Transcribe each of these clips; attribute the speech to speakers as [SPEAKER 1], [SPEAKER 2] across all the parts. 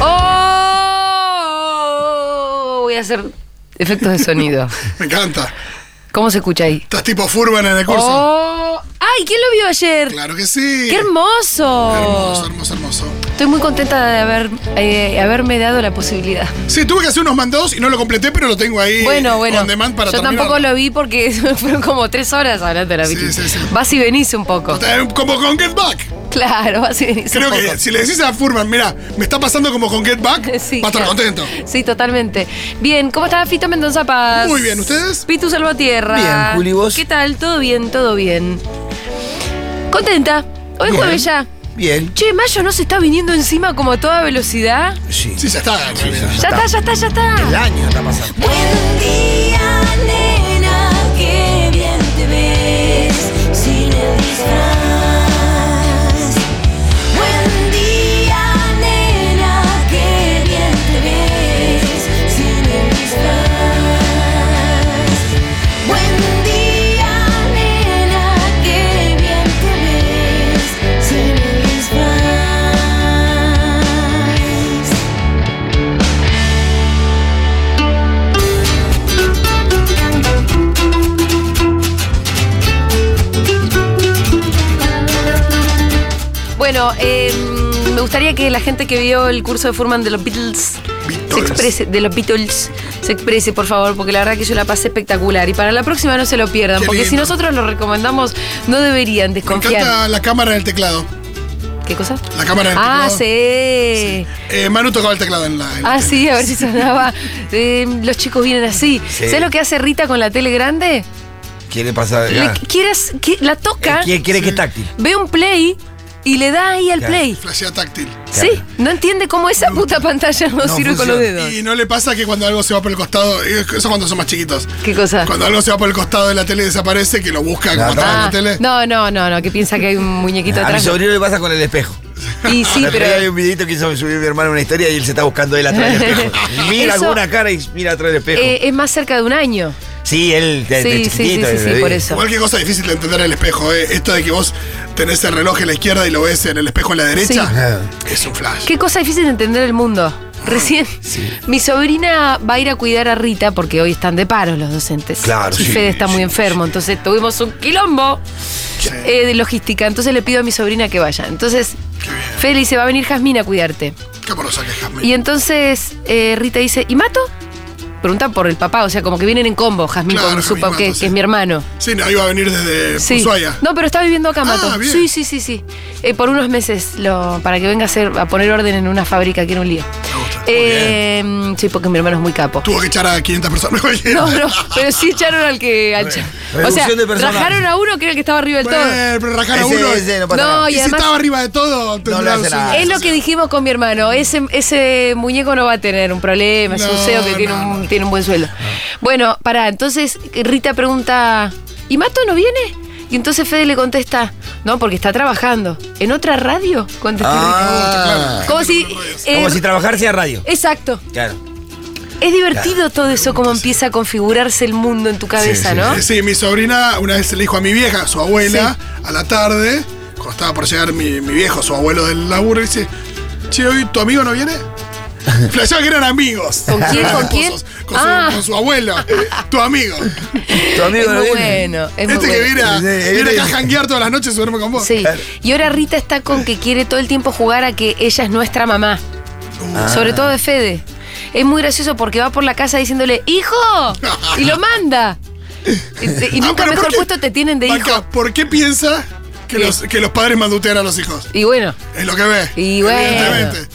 [SPEAKER 1] Oh, voy a hacer efectos de sonido.
[SPEAKER 2] Me encanta.
[SPEAKER 1] ¿Cómo se escucha ahí?
[SPEAKER 2] Estás tipo Furban en el curso.
[SPEAKER 1] Oh, ¡Ay! ¿Quién lo vio ayer?
[SPEAKER 2] Claro que sí.
[SPEAKER 1] ¡Qué hermoso!
[SPEAKER 2] Hermoso, hermoso, hermoso.
[SPEAKER 1] Estoy muy contenta de haber, eh, haberme dado la posibilidad.
[SPEAKER 2] Sí, tuve que hacer unos mandados y no lo completé, pero lo tengo ahí.
[SPEAKER 1] Bueno, bueno.
[SPEAKER 2] On demand para
[SPEAKER 1] yo
[SPEAKER 2] terminar.
[SPEAKER 1] tampoco lo vi porque fueron como tres horas hablando de la
[SPEAKER 2] Sí,
[SPEAKER 1] Vicky.
[SPEAKER 2] sí, sí.
[SPEAKER 1] Vas y venís un poco.
[SPEAKER 2] Eh, Como con Get Back.
[SPEAKER 1] Claro, vas y venís
[SPEAKER 2] Creo
[SPEAKER 1] un poco.
[SPEAKER 2] que si le decís a Furman, mira, me está pasando como con Get Back,
[SPEAKER 1] Sí,
[SPEAKER 2] va a estar
[SPEAKER 1] claro.
[SPEAKER 2] contento.
[SPEAKER 1] Sí, totalmente. Bien, ¿cómo está Fito Mendoza Paz?
[SPEAKER 2] Muy bien, ¿ustedes?
[SPEAKER 1] Pitu Salvatierra.
[SPEAKER 3] Bien, Juli, ¿vos?
[SPEAKER 1] ¿Qué tal? ¿Todo bien? ¿Todo bien? Contenta. Hoy es
[SPEAKER 3] Bien.
[SPEAKER 1] jueves ya.
[SPEAKER 3] Bien.
[SPEAKER 1] Che, mayo no se está viniendo encima como a toda velocidad.
[SPEAKER 3] Sí.
[SPEAKER 2] Sí, ya está. en realidad.
[SPEAKER 1] Ya está, ya está, ya
[SPEAKER 3] El
[SPEAKER 1] está.
[SPEAKER 3] año está pasando.
[SPEAKER 4] Buen día, nena, qué bien te ves sin el disfraz. Buen día, nena, qué bien te ves sin el disfraz. Buen día, nena, qué bien te ves sin el disfraz.
[SPEAKER 1] Bueno, eh, me gustaría que la gente que vio el curso de Furman de los Beatles se
[SPEAKER 2] Beatles.
[SPEAKER 1] exprese, de los Beatles, se exprese, por favor, porque la verdad que yo la pasé espectacular. Y para la próxima no se lo pierdan,
[SPEAKER 2] Qué
[SPEAKER 1] porque si
[SPEAKER 2] lindo.
[SPEAKER 1] nosotros lo recomendamos, no deberían
[SPEAKER 2] Me
[SPEAKER 1] desconfiar.
[SPEAKER 2] encanta la cámara del teclado.
[SPEAKER 1] ¿Qué cosa?
[SPEAKER 2] La cámara del
[SPEAKER 1] Ah,
[SPEAKER 2] teclado.
[SPEAKER 1] sí.
[SPEAKER 2] Eh, Manu tocaba el teclado en la. en la
[SPEAKER 1] Ah,
[SPEAKER 2] tele.
[SPEAKER 1] sí, a ver si sonaba. Eh, los chicos vienen así.
[SPEAKER 3] Sí.
[SPEAKER 1] ¿Sabes lo que hace Rita con la tele grande?
[SPEAKER 3] Quiere pasar.
[SPEAKER 1] Le
[SPEAKER 3] ah,
[SPEAKER 1] quieres, que- la toca,
[SPEAKER 3] Quiere, quiere que es táctil.
[SPEAKER 1] ve un play y le da ahí al
[SPEAKER 3] Claro.
[SPEAKER 1] play.
[SPEAKER 2] Flashea táctil.
[SPEAKER 1] Sí, no entiende cómo esa puta pantalla no,
[SPEAKER 3] No
[SPEAKER 1] sirve con los
[SPEAKER 3] funciona.
[SPEAKER 1] dedos.
[SPEAKER 2] Y no le pasa que cuando algo se va por el costado, eh, eso cuando son más chiquitos.
[SPEAKER 1] ¿Qué cosa?
[SPEAKER 2] Cuando algo se va por el costado de la tele y desaparece, que lo busca como
[SPEAKER 3] Claro.
[SPEAKER 2] estaba en
[SPEAKER 1] Ah,
[SPEAKER 2] la tele.
[SPEAKER 1] no, no, no, no, que piensa que hay un muñequito
[SPEAKER 3] A mi
[SPEAKER 1] atrás.
[SPEAKER 3] sobrino le pasa con el espejo.
[SPEAKER 1] Y sí,
[SPEAKER 3] La otra vez Hay
[SPEAKER 1] pero
[SPEAKER 3] un videito que hizo subir mi hermano una historia y él se está buscando él atrás del espejo. Mira
[SPEAKER 1] Eso-
[SPEAKER 3] alguna cara y mira atrás del espejo.
[SPEAKER 1] eh, es más cerca de un año.
[SPEAKER 3] sí, él de, de
[SPEAKER 1] sí, sí, sí,
[SPEAKER 3] chiquitito.
[SPEAKER 1] sí, sí,
[SPEAKER 3] de-
[SPEAKER 1] por eso.
[SPEAKER 2] Igual que cosa difícil de entender el espejo, ¿eh? Esto de que vos tenés el reloj en la izquierda y lo ves en el espejo en la
[SPEAKER 1] Ah,
[SPEAKER 2] derecha, es un flash.
[SPEAKER 1] Qué cosa difícil de entender el
[SPEAKER 2] Ah,
[SPEAKER 1] mundo. Recién, mi sobrina va a ir a cuidar a Rita porque hoy están de paro los docentes.
[SPEAKER 3] Claro,
[SPEAKER 1] Y
[SPEAKER 3] sí,
[SPEAKER 1] Fede está muy enfermo, entonces tuvimos un quilombo eh, de logística. Entonces le pido a mi sobrina que vaya. Entonces, Fede le dice, va a venir Jazmín a cuidarte.
[SPEAKER 2] Qué amorosa que es Jasmine.
[SPEAKER 1] Y entonces eh, Rita dice, ¿y Mato? Pregunta por el papá, o sea, como que vienen en combo, Jazmín
[SPEAKER 2] Claro,
[SPEAKER 1] con su
[SPEAKER 2] Jazmín
[SPEAKER 1] papá,
[SPEAKER 2] Mato,
[SPEAKER 1] que,
[SPEAKER 2] sí.
[SPEAKER 1] que es mi hermano.
[SPEAKER 2] Sí, no, iba a venir desde
[SPEAKER 1] Sí.
[SPEAKER 2] Ushuaia.
[SPEAKER 1] No, pero está viviendo acá, Mato.
[SPEAKER 2] Ah, bien.
[SPEAKER 1] Sí, sí, sí, sí. Eh, por unos meses, lo, para que venga a, hacer, a poner orden en una fábrica que era un lío.
[SPEAKER 2] Me gusta.
[SPEAKER 1] Eh, sí, porque mi hermano es muy capo.
[SPEAKER 2] Tuvo que echar a 500 personas.
[SPEAKER 1] No, no, pero sí echaron al que... al cha- o sea,
[SPEAKER 3] reducción de personal.
[SPEAKER 1] rajaron a uno que era el que estaba arriba del todo.
[SPEAKER 2] Bueno, pero rajar a
[SPEAKER 3] Ese-
[SPEAKER 2] uno.
[SPEAKER 3] ese no pasa
[SPEAKER 1] No,
[SPEAKER 3] nada.
[SPEAKER 2] y
[SPEAKER 1] y
[SPEAKER 2] si
[SPEAKER 1] además-
[SPEAKER 2] estaba arriba de todo, tendrá
[SPEAKER 3] hace
[SPEAKER 2] su-
[SPEAKER 3] nada.
[SPEAKER 1] Es lo que dijimos con mi hermano, ese, ese muñeco no va a tener un problema, es un
[SPEAKER 2] No,
[SPEAKER 1] CEO que tiene,
[SPEAKER 2] no,
[SPEAKER 1] un, tiene un buen sueldo. Bueno, pará, entonces Rita pregunta, ¿y Mato no viene? Y entonces Fede le contesta, no, porque está trabajando. ¿En otra radio? Contesta
[SPEAKER 3] Ah,
[SPEAKER 1] Rita. Como si... eh,
[SPEAKER 3] como si trabajar sea radio.
[SPEAKER 1] Exacto.
[SPEAKER 3] Claro.
[SPEAKER 1] Es divertido todo eso, como empieza a configurarse el mundo en tu cabeza,
[SPEAKER 3] sí,
[SPEAKER 1] ¿no?
[SPEAKER 2] Eh, Sí, mi sobrina una vez le dijo a mi vieja, su abuela, a la tarde, cuando estaba por llegar mi, mi viejo, su abuelo del laburo, y dice, che, hoy tu amigo no viene. Flasheaba que eran amigos.
[SPEAKER 1] ¿Con quién?
[SPEAKER 2] Eran
[SPEAKER 1] ¿Con
[SPEAKER 2] esposos.
[SPEAKER 1] quién?
[SPEAKER 2] Con, su,
[SPEAKER 1] Ah.
[SPEAKER 2] con su abuelo. Tu amigo.
[SPEAKER 3] Tu amigo
[SPEAKER 1] es
[SPEAKER 3] no
[SPEAKER 1] muy
[SPEAKER 3] viene.
[SPEAKER 1] bueno, es muy
[SPEAKER 2] este que
[SPEAKER 1] bueno.
[SPEAKER 2] viene, a,
[SPEAKER 3] Sí, sí,
[SPEAKER 2] viene acá a
[SPEAKER 3] viene.
[SPEAKER 2] janguear todas las noches y duerme con vos.
[SPEAKER 1] Sí. Y ahora Rita está con que quiere todo el tiempo jugar a que ella es nuestra mamá. Ah.
[SPEAKER 2] Ah.
[SPEAKER 1] Sobre todo de Fede. Es muy gracioso porque va por la casa diciéndole, ¡hijo! Y lo manda. Y, y
[SPEAKER 2] Ah,
[SPEAKER 1] nunca
[SPEAKER 2] pero ¿por
[SPEAKER 1] mejor
[SPEAKER 2] qué-
[SPEAKER 1] puesto te tienen de
[SPEAKER 2] Vaca,
[SPEAKER 1] hijo.
[SPEAKER 2] ¿Por qué piensa que los, que los padres mandutean a los hijos?
[SPEAKER 1] Y bueno,
[SPEAKER 2] Es lo que ve.
[SPEAKER 1] Y bueno.
[SPEAKER 2] evidentemente.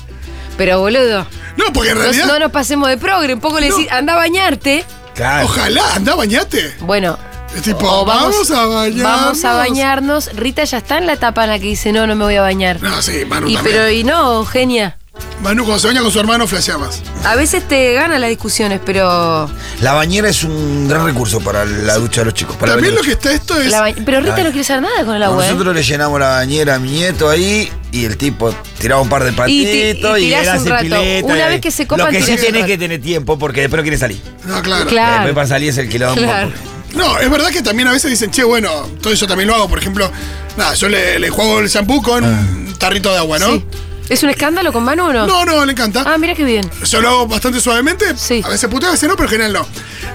[SPEAKER 1] pero boludo,
[SPEAKER 2] No, porque en
[SPEAKER 1] no,
[SPEAKER 2] realidad.
[SPEAKER 1] no nos pasemos de progre. Un poco le decís, anda a bañarte.
[SPEAKER 3] Claro.
[SPEAKER 2] Ojalá, anda, bañate.
[SPEAKER 1] Bueno.
[SPEAKER 2] Es tipo,
[SPEAKER 1] o
[SPEAKER 2] vamos, a bañarnos.
[SPEAKER 1] Vamos a bañarnos. Rita ya está en la etapa en la que dice, no, no me voy a bañar.
[SPEAKER 2] No, Ah, sí, Manu
[SPEAKER 1] y
[SPEAKER 2] también.
[SPEAKER 1] pero, y no, genia.
[SPEAKER 2] Manu cuando se baña con su hermano flashea más.
[SPEAKER 1] A veces te gana las discusiones, pero.
[SPEAKER 3] La bañera es un gran recurso para la ducha de los chicos. Para
[SPEAKER 2] También
[SPEAKER 3] la
[SPEAKER 2] lo
[SPEAKER 3] bañera.
[SPEAKER 2] que está esto es.
[SPEAKER 1] la ba- pero Rita
[SPEAKER 3] Claro.
[SPEAKER 1] no quiere hacer nada con el agua. ¿eh?
[SPEAKER 3] Nosotros le llenamos la bañera a mi nieto ahí y el tipo tiraba un par de
[SPEAKER 1] Y ti- y
[SPEAKER 3] patitos y,
[SPEAKER 1] tirás
[SPEAKER 3] él
[SPEAKER 1] un
[SPEAKER 3] hace
[SPEAKER 1] rato.
[SPEAKER 3] pileta.
[SPEAKER 1] Una
[SPEAKER 3] y-
[SPEAKER 1] vez que se copan,
[SPEAKER 3] Lo que sí
[SPEAKER 1] tirás un
[SPEAKER 3] tiene
[SPEAKER 1] rato.
[SPEAKER 3] que tener tiempo porque después no quiere salir.
[SPEAKER 2] No, Ah, claro.
[SPEAKER 1] Claro.
[SPEAKER 3] Después para salir es el quilombo.
[SPEAKER 1] Claro.
[SPEAKER 2] No, es verdad que también a veces dicen, che, bueno,
[SPEAKER 3] Ah.
[SPEAKER 2] todo eso también lo hago. Por ejemplo, nada, yo le, le juego el shampoo con un tarrito de agua, ¿no?
[SPEAKER 1] Sí. ¿Es un escándalo con Manu o no?
[SPEAKER 2] No, no, le encanta.
[SPEAKER 1] Ah, mira qué bien.
[SPEAKER 2] Yo lo hago bastante suavemente.
[SPEAKER 1] Sí.
[SPEAKER 2] A veces puteo, a veces no, pero en general no.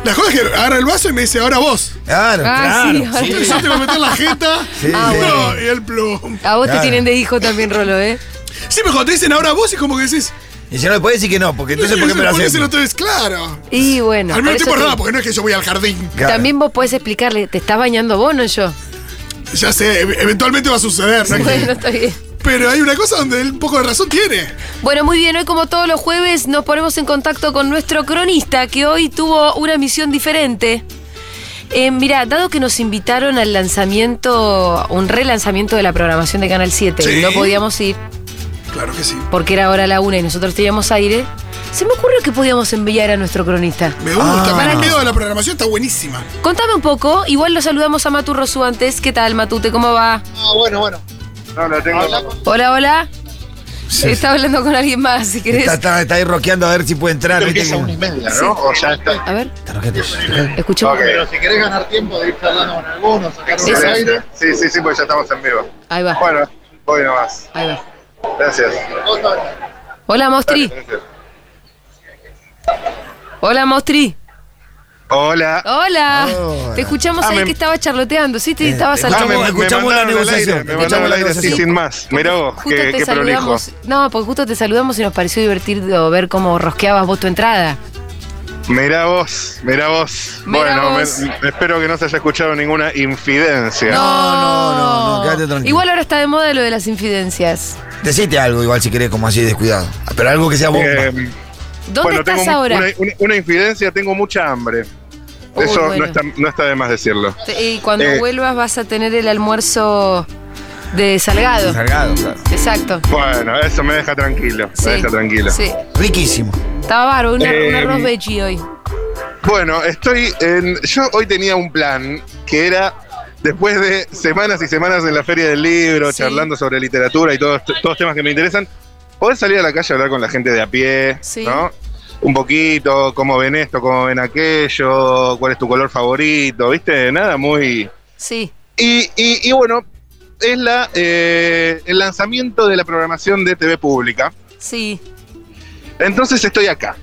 [SPEAKER 2] La cosa es que agarra el vaso y me dice, ahora vos.
[SPEAKER 3] Claro,
[SPEAKER 1] Ah, sí,
[SPEAKER 3] claro.
[SPEAKER 1] ahora-
[SPEAKER 2] Entonces yo te voy a meter la jeta
[SPEAKER 3] Sí.
[SPEAKER 1] Ah,
[SPEAKER 2] no,
[SPEAKER 3] bueno.
[SPEAKER 2] y el plum.
[SPEAKER 1] A vos
[SPEAKER 3] Claro.
[SPEAKER 1] te tienen de hijo también, Rolo, ¿eh?
[SPEAKER 2] Sí, pero cuando te dicen ahora vos es como que decís.
[SPEAKER 3] Y si no le podés decir que no, porque entonces ¿por qué me lo
[SPEAKER 2] Ponéselo
[SPEAKER 3] haces?
[SPEAKER 2] entonces, claro.
[SPEAKER 1] Y bueno.
[SPEAKER 2] Al mismo
[SPEAKER 1] por eso
[SPEAKER 2] tiempo es
[SPEAKER 1] te-
[SPEAKER 2] raro, porque no es que yo voy al jardín.
[SPEAKER 3] Claro.
[SPEAKER 1] También vos podés explicarle, ¿te estás bañando vos, no yo?
[SPEAKER 2] Ya sé, ev- eventualmente va a suceder. ¿no?
[SPEAKER 1] Bueno, está bien.
[SPEAKER 2] Pero hay una cosa donde él un poco de razón tiene.
[SPEAKER 1] Bueno, muy bien, hoy como todos los jueves nos ponemos en contacto con nuestro cronista que hoy tuvo una misión diferente. Eh, mira, dado que nos invitaron al lanzamiento, un relanzamiento de la programación de Canal 7 y
[SPEAKER 2] Sí.
[SPEAKER 1] no podíamos ir
[SPEAKER 2] Claro que sí.
[SPEAKER 1] porque era ahora la una y nosotros teníamos aire, se me ocurrió que podíamos enviar a nuestro cronista.
[SPEAKER 2] Me gusta,
[SPEAKER 3] Ah.
[SPEAKER 2] me el miedo de la programación, está buenísima.
[SPEAKER 1] Contame un poco, igual lo saludamos a Matu Rosu antes. ¿Qué tal, Matute? ¿Cómo va?
[SPEAKER 5] Ah, bueno, bueno.
[SPEAKER 6] No, lo tengo.
[SPEAKER 1] Hola, hola. Está hablando con alguien más, si querés.
[SPEAKER 3] Está, está, está ahí roqueando a ver si puede entrar. ¿viste?
[SPEAKER 5] Empieza a una y media, ¿no? O ya está. Eh,
[SPEAKER 1] A ver,
[SPEAKER 3] Está roqueando.
[SPEAKER 1] escuchamos.
[SPEAKER 6] Ok.
[SPEAKER 5] Pero si querés ganar tiempo de ir charlando con algunos, sacar un
[SPEAKER 1] Eso.
[SPEAKER 5] aire.
[SPEAKER 6] Sí, sí, sí, pues ya estamos en vivo.
[SPEAKER 1] Ahí va,
[SPEAKER 6] Bueno, voy nomás.
[SPEAKER 1] ahí va.
[SPEAKER 6] Gracias.
[SPEAKER 1] Hola, Mostri.
[SPEAKER 6] Gracias.
[SPEAKER 1] Hola, Mostri.
[SPEAKER 6] Hola.
[SPEAKER 1] Hola.
[SPEAKER 3] Hola.
[SPEAKER 1] Te escuchamos
[SPEAKER 6] Ah,
[SPEAKER 1] ahí
[SPEAKER 6] me-
[SPEAKER 1] que estaba charloteando, ¿sí?
[SPEAKER 6] Eh,
[SPEAKER 1] Te estabas
[SPEAKER 3] escuchamos-
[SPEAKER 1] al
[SPEAKER 6] Ah, me, me
[SPEAKER 3] escuchamos
[SPEAKER 6] mandaron
[SPEAKER 3] la
[SPEAKER 6] al
[SPEAKER 3] negociación,
[SPEAKER 6] aire, me
[SPEAKER 3] escuchamos
[SPEAKER 6] mandaron al
[SPEAKER 3] la
[SPEAKER 6] aire así
[SPEAKER 3] negociación.
[SPEAKER 6] sin más. Mirá vos,
[SPEAKER 1] Justo
[SPEAKER 6] qué,
[SPEAKER 1] te
[SPEAKER 6] qué prolijo.
[SPEAKER 1] saludamos. No, porque justo te saludamos y nos pareció divertido ver cómo rosqueabas vos tu entrada.
[SPEAKER 6] Mirá vos, mirá vos.
[SPEAKER 1] Mirá
[SPEAKER 6] bueno, me-
[SPEAKER 1] vos.
[SPEAKER 6] espero que no se haya escuchado ninguna infidencia.
[SPEAKER 3] no, no, no, quédate tranquilo.
[SPEAKER 1] Igual ahora está de moda lo de las infidencias.
[SPEAKER 3] Decite algo igual si querés, como así descuidado. Pero algo que sea bomba.
[SPEAKER 6] Eh,
[SPEAKER 1] ¿Dónde
[SPEAKER 6] bueno,
[SPEAKER 1] estás
[SPEAKER 6] tengo
[SPEAKER 1] ahora?
[SPEAKER 6] Una, una- una infidencia, tengo mucha hambre.
[SPEAKER 1] Uy,
[SPEAKER 6] Eso no,
[SPEAKER 1] bueno.
[SPEAKER 6] está, no está de más decirlo.
[SPEAKER 1] Te- Y cuando
[SPEAKER 6] Eh.
[SPEAKER 1] vuelvas vas a tener el almuerzo de Salgado.
[SPEAKER 3] Salgado, claro.
[SPEAKER 1] Exacto.
[SPEAKER 6] Bueno, eso me deja tranquilo,
[SPEAKER 1] Sí,
[SPEAKER 6] me deja tranquilo.
[SPEAKER 1] Sí.
[SPEAKER 3] Riquísimo.
[SPEAKER 1] Estaba bárbaro, una- un
[SPEAKER 6] Eh,
[SPEAKER 1] arroz veggie hoy.
[SPEAKER 6] Bueno, estoy en. Yo hoy tenía un plan que era. Después de semanas y semanas en la Feria del Libro,
[SPEAKER 1] Sí.
[SPEAKER 6] charlando sobre literatura y todos, todos temas que me interesan, poder salir a la calle a hablar con la gente de a pie,
[SPEAKER 1] Sí.
[SPEAKER 6] ¿no? Un poquito, cómo ven esto, cómo ven aquello, cuál es tu color favorito, ¿viste? Nada muy.
[SPEAKER 1] Sí.
[SPEAKER 6] Y, y- y bueno, es la, eh, el lanzamiento de la programación de TV Pública.
[SPEAKER 1] Sí.
[SPEAKER 6] Entonces estoy acá,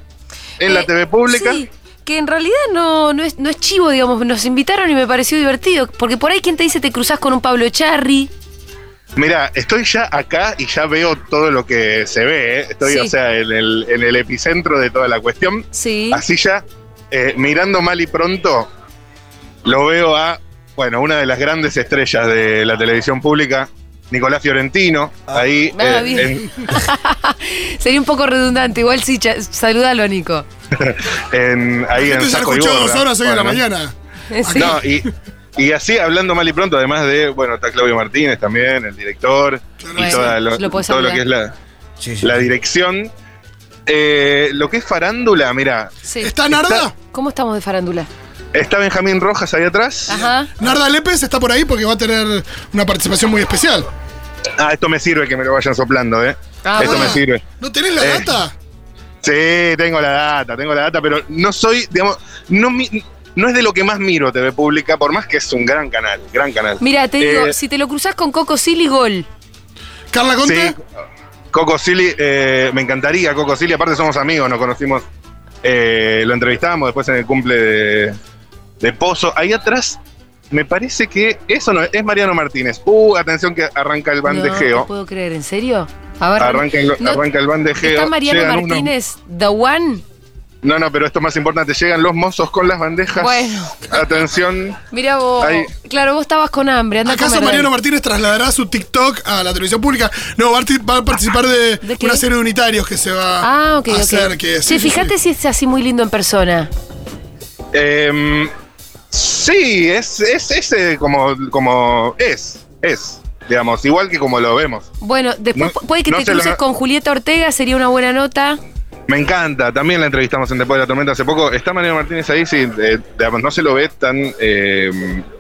[SPEAKER 6] en la
[SPEAKER 1] Eh,
[SPEAKER 6] TV Pública.
[SPEAKER 1] Sí, que en realidad no, no, es, no es chivo, digamos. Nos invitaron y me pareció divertido. Porque por ahí quien te dice te cruzás con un Pablo Charri.
[SPEAKER 6] Eh, Mira, estoy ya acá y ya veo todo lo que se ve. ¿eh? Estoy,
[SPEAKER 1] Sí.
[SPEAKER 6] o sea, en el, en el epicentro de toda la cuestión.
[SPEAKER 1] Sí.
[SPEAKER 6] Así ya, eh, mirando mal y pronto, lo veo a, bueno, una de las grandes estrellas de la televisión pública, Nicolás Fiorentino, ahí.
[SPEAKER 1] Ah,
[SPEAKER 6] eh,
[SPEAKER 1] bien.
[SPEAKER 6] en-
[SPEAKER 1] Sería un poco redundante. Igual sí, cha- saludalo, Nico.
[SPEAKER 6] en- ahí en
[SPEAKER 2] Entonces ya
[SPEAKER 6] saco y
[SPEAKER 2] escuchó
[SPEAKER 6] Borda.
[SPEAKER 2] dos horas hoy en la
[SPEAKER 6] Bueno.
[SPEAKER 2] mañana.
[SPEAKER 1] Eh, Sí.
[SPEAKER 6] Ah, No, y, y así hablando mal y pronto, además de, bueno, está Claudio Martínez también, el director,
[SPEAKER 1] Bueno,
[SPEAKER 6] y toda lo-
[SPEAKER 1] lo podés
[SPEAKER 6] todo lo
[SPEAKER 1] saludar.
[SPEAKER 6] que es la,
[SPEAKER 3] Sí, sí.
[SPEAKER 6] la dirección. Eh, lo que es farándula, mira,
[SPEAKER 1] Sí.
[SPEAKER 2] ¿Está Narda?
[SPEAKER 1] ¿Cómo estamos de farándula?
[SPEAKER 6] está Benjamín Rojas ahí atrás.
[SPEAKER 1] Ajá.
[SPEAKER 2] Narda Lépez está por ahí porque va a tener una participación muy especial.
[SPEAKER 6] Ah, esto me sirve que me lo vayan soplando, ¿eh?
[SPEAKER 1] Ah,
[SPEAKER 6] esto
[SPEAKER 1] bueno.
[SPEAKER 6] me sirve.
[SPEAKER 2] ¿No tenés la
[SPEAKER 6] Eh.
[SPEAKER 2] data?
[SPEAKER 6] Sí, tengo la data, tengo la data, pero no soy, digamos, no, mi- no es de lo que más miro TV Pública, por más que es un gran canal, gran canal.
[SPEAKER 1] Mira, te digo,
[SPEAKER 6] Eh,
[SPEAKER 1] si te lo cruzás con Coco Silly, gol.
[SPEAKER 2] ¿Carla Conte?
[SPEAKER 6] Sí, Coco Silly, eh, me encantaría Coco Silly, aparte somos amigos, nos conocimos, eh, lo entrevistamos después en el cumple de, de Pozo. Ahí atrás, me parece que eso no es, es Mariano Martínez. Uh, atención que arranca el
[SPEAKER 1] No,
[SPEAKER 6] bandejeo.
[SPEAKER 1] te puedo creer, ¿en serio? A ver,
[SPEAKER 6] arranca, el,
[SPEAKER 1] no-
[SPEAKER 6] arranca el bandejeo.
[SPEAKER 1] ¿Está Mariano
[SPEAKER 6] Llegan unos-
[SPEAKER 1] Martínez, The One?
[SPEAKER 6] no, no, pero esto es más importante, llegan los mozos con las bandejas.
[SPEAKER 1] Bueno.
[SPEAKER 6] Atención.
[SPEAKER 1] Mira vos.
[SPEAKER 6] Ahí.
[SPEAKER 1] Claro, vos estabas con hambre. Anda
[SPEAKER 2] ¿Acaso Mariano Martínez trasladará su TikTok a la televisión pública? No, va a arti- va a participar de,
[SPEAKER 1] ¿De qué?
[SPEAKER 2] una serie de unitarios que se va
[SPEAKER 1] Ah, ok,
[SPEAKER 2] a
[SPEAKER 1] ok.
[SPEAKER 2] hacer. Que,
[SPEAKER 1] Che, fíjate si es así muy lindo en persona.
[SPEAKER 6] Em, sí, es, es, es, eh, como, como es, es, digamos, igual que como lo vemos.
[SPEAKER 1] Bueno, después
[SPEAKER 6] No,
[SPEAKER 1] pu- puede que
[SPEAKER 6] no
[SPEAKER 1] te
[SPEAKER 6] se lo-
[SPEAKER 1] cruces con Julieta Ortega, sería una buena nota.
[SPEAKER 6] Me encanta, también la entrevistamos en Después de la Tormenta hace poco. Está Mariano Martínez ahí, sí, eh, digamos, no se lo ve tan eh,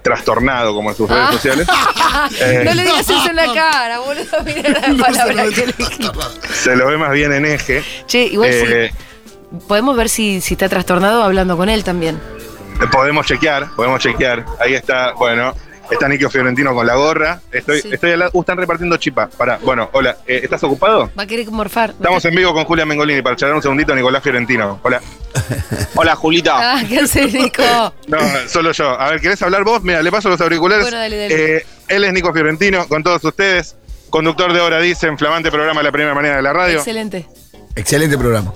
[SPEAKER 6] trastornado como en sus
[SPEAKER 1] Ah.
[SPEAKER 6] redes sociales. Eh,
[SPEAKER 1] no le digas eso en la cara, boludo. Mira la palabra que le
[SPEAKER 6] se lo ve más bien en eje.
[SPEAKER 1] Che, igual
[SPEAKER 6] Eh,
[SPEAKER 1] sí. Podemos ver si, si está trastornado hablando con él también.
[SPEAKER 6] Podemos chequear, podemos chequear. Ahí está, bueno. Está Nico Fiorentino con la gorra. Estoy,
[SPEAKER 1] Sí.
[SPEAKER 6] estoy al lado. Uh, están repartiendo chipa. Pará, bueno, hola. eh, ¿Estás ocupado?
[SPEAKER 1] Va a querer morfar.
[SPEAKER 6] Estamos en vivo con Julia Mengolini para charlar un segundito Nicolás Fiorentino. Hola.
[SPEAKER 7] Hola, Julita.
[SPEAKER 1] Ah, ¿qué haces, Nico?
[SPEAKER 6] No, solo yo. A ver, ¿querés hablar vos? Mira, le paso los auriculares.
[SPEAKER 1] Bueno, dale, dale.
[SPEAKER 6] Eh, él es Nico Fiorentino, con todos ustedes. Conductor de Hora Dicen, flamante programa de la primera manera de la radio.
[SPEAKER 1] Excelente.
[SPEAKER 3] Excelente programa.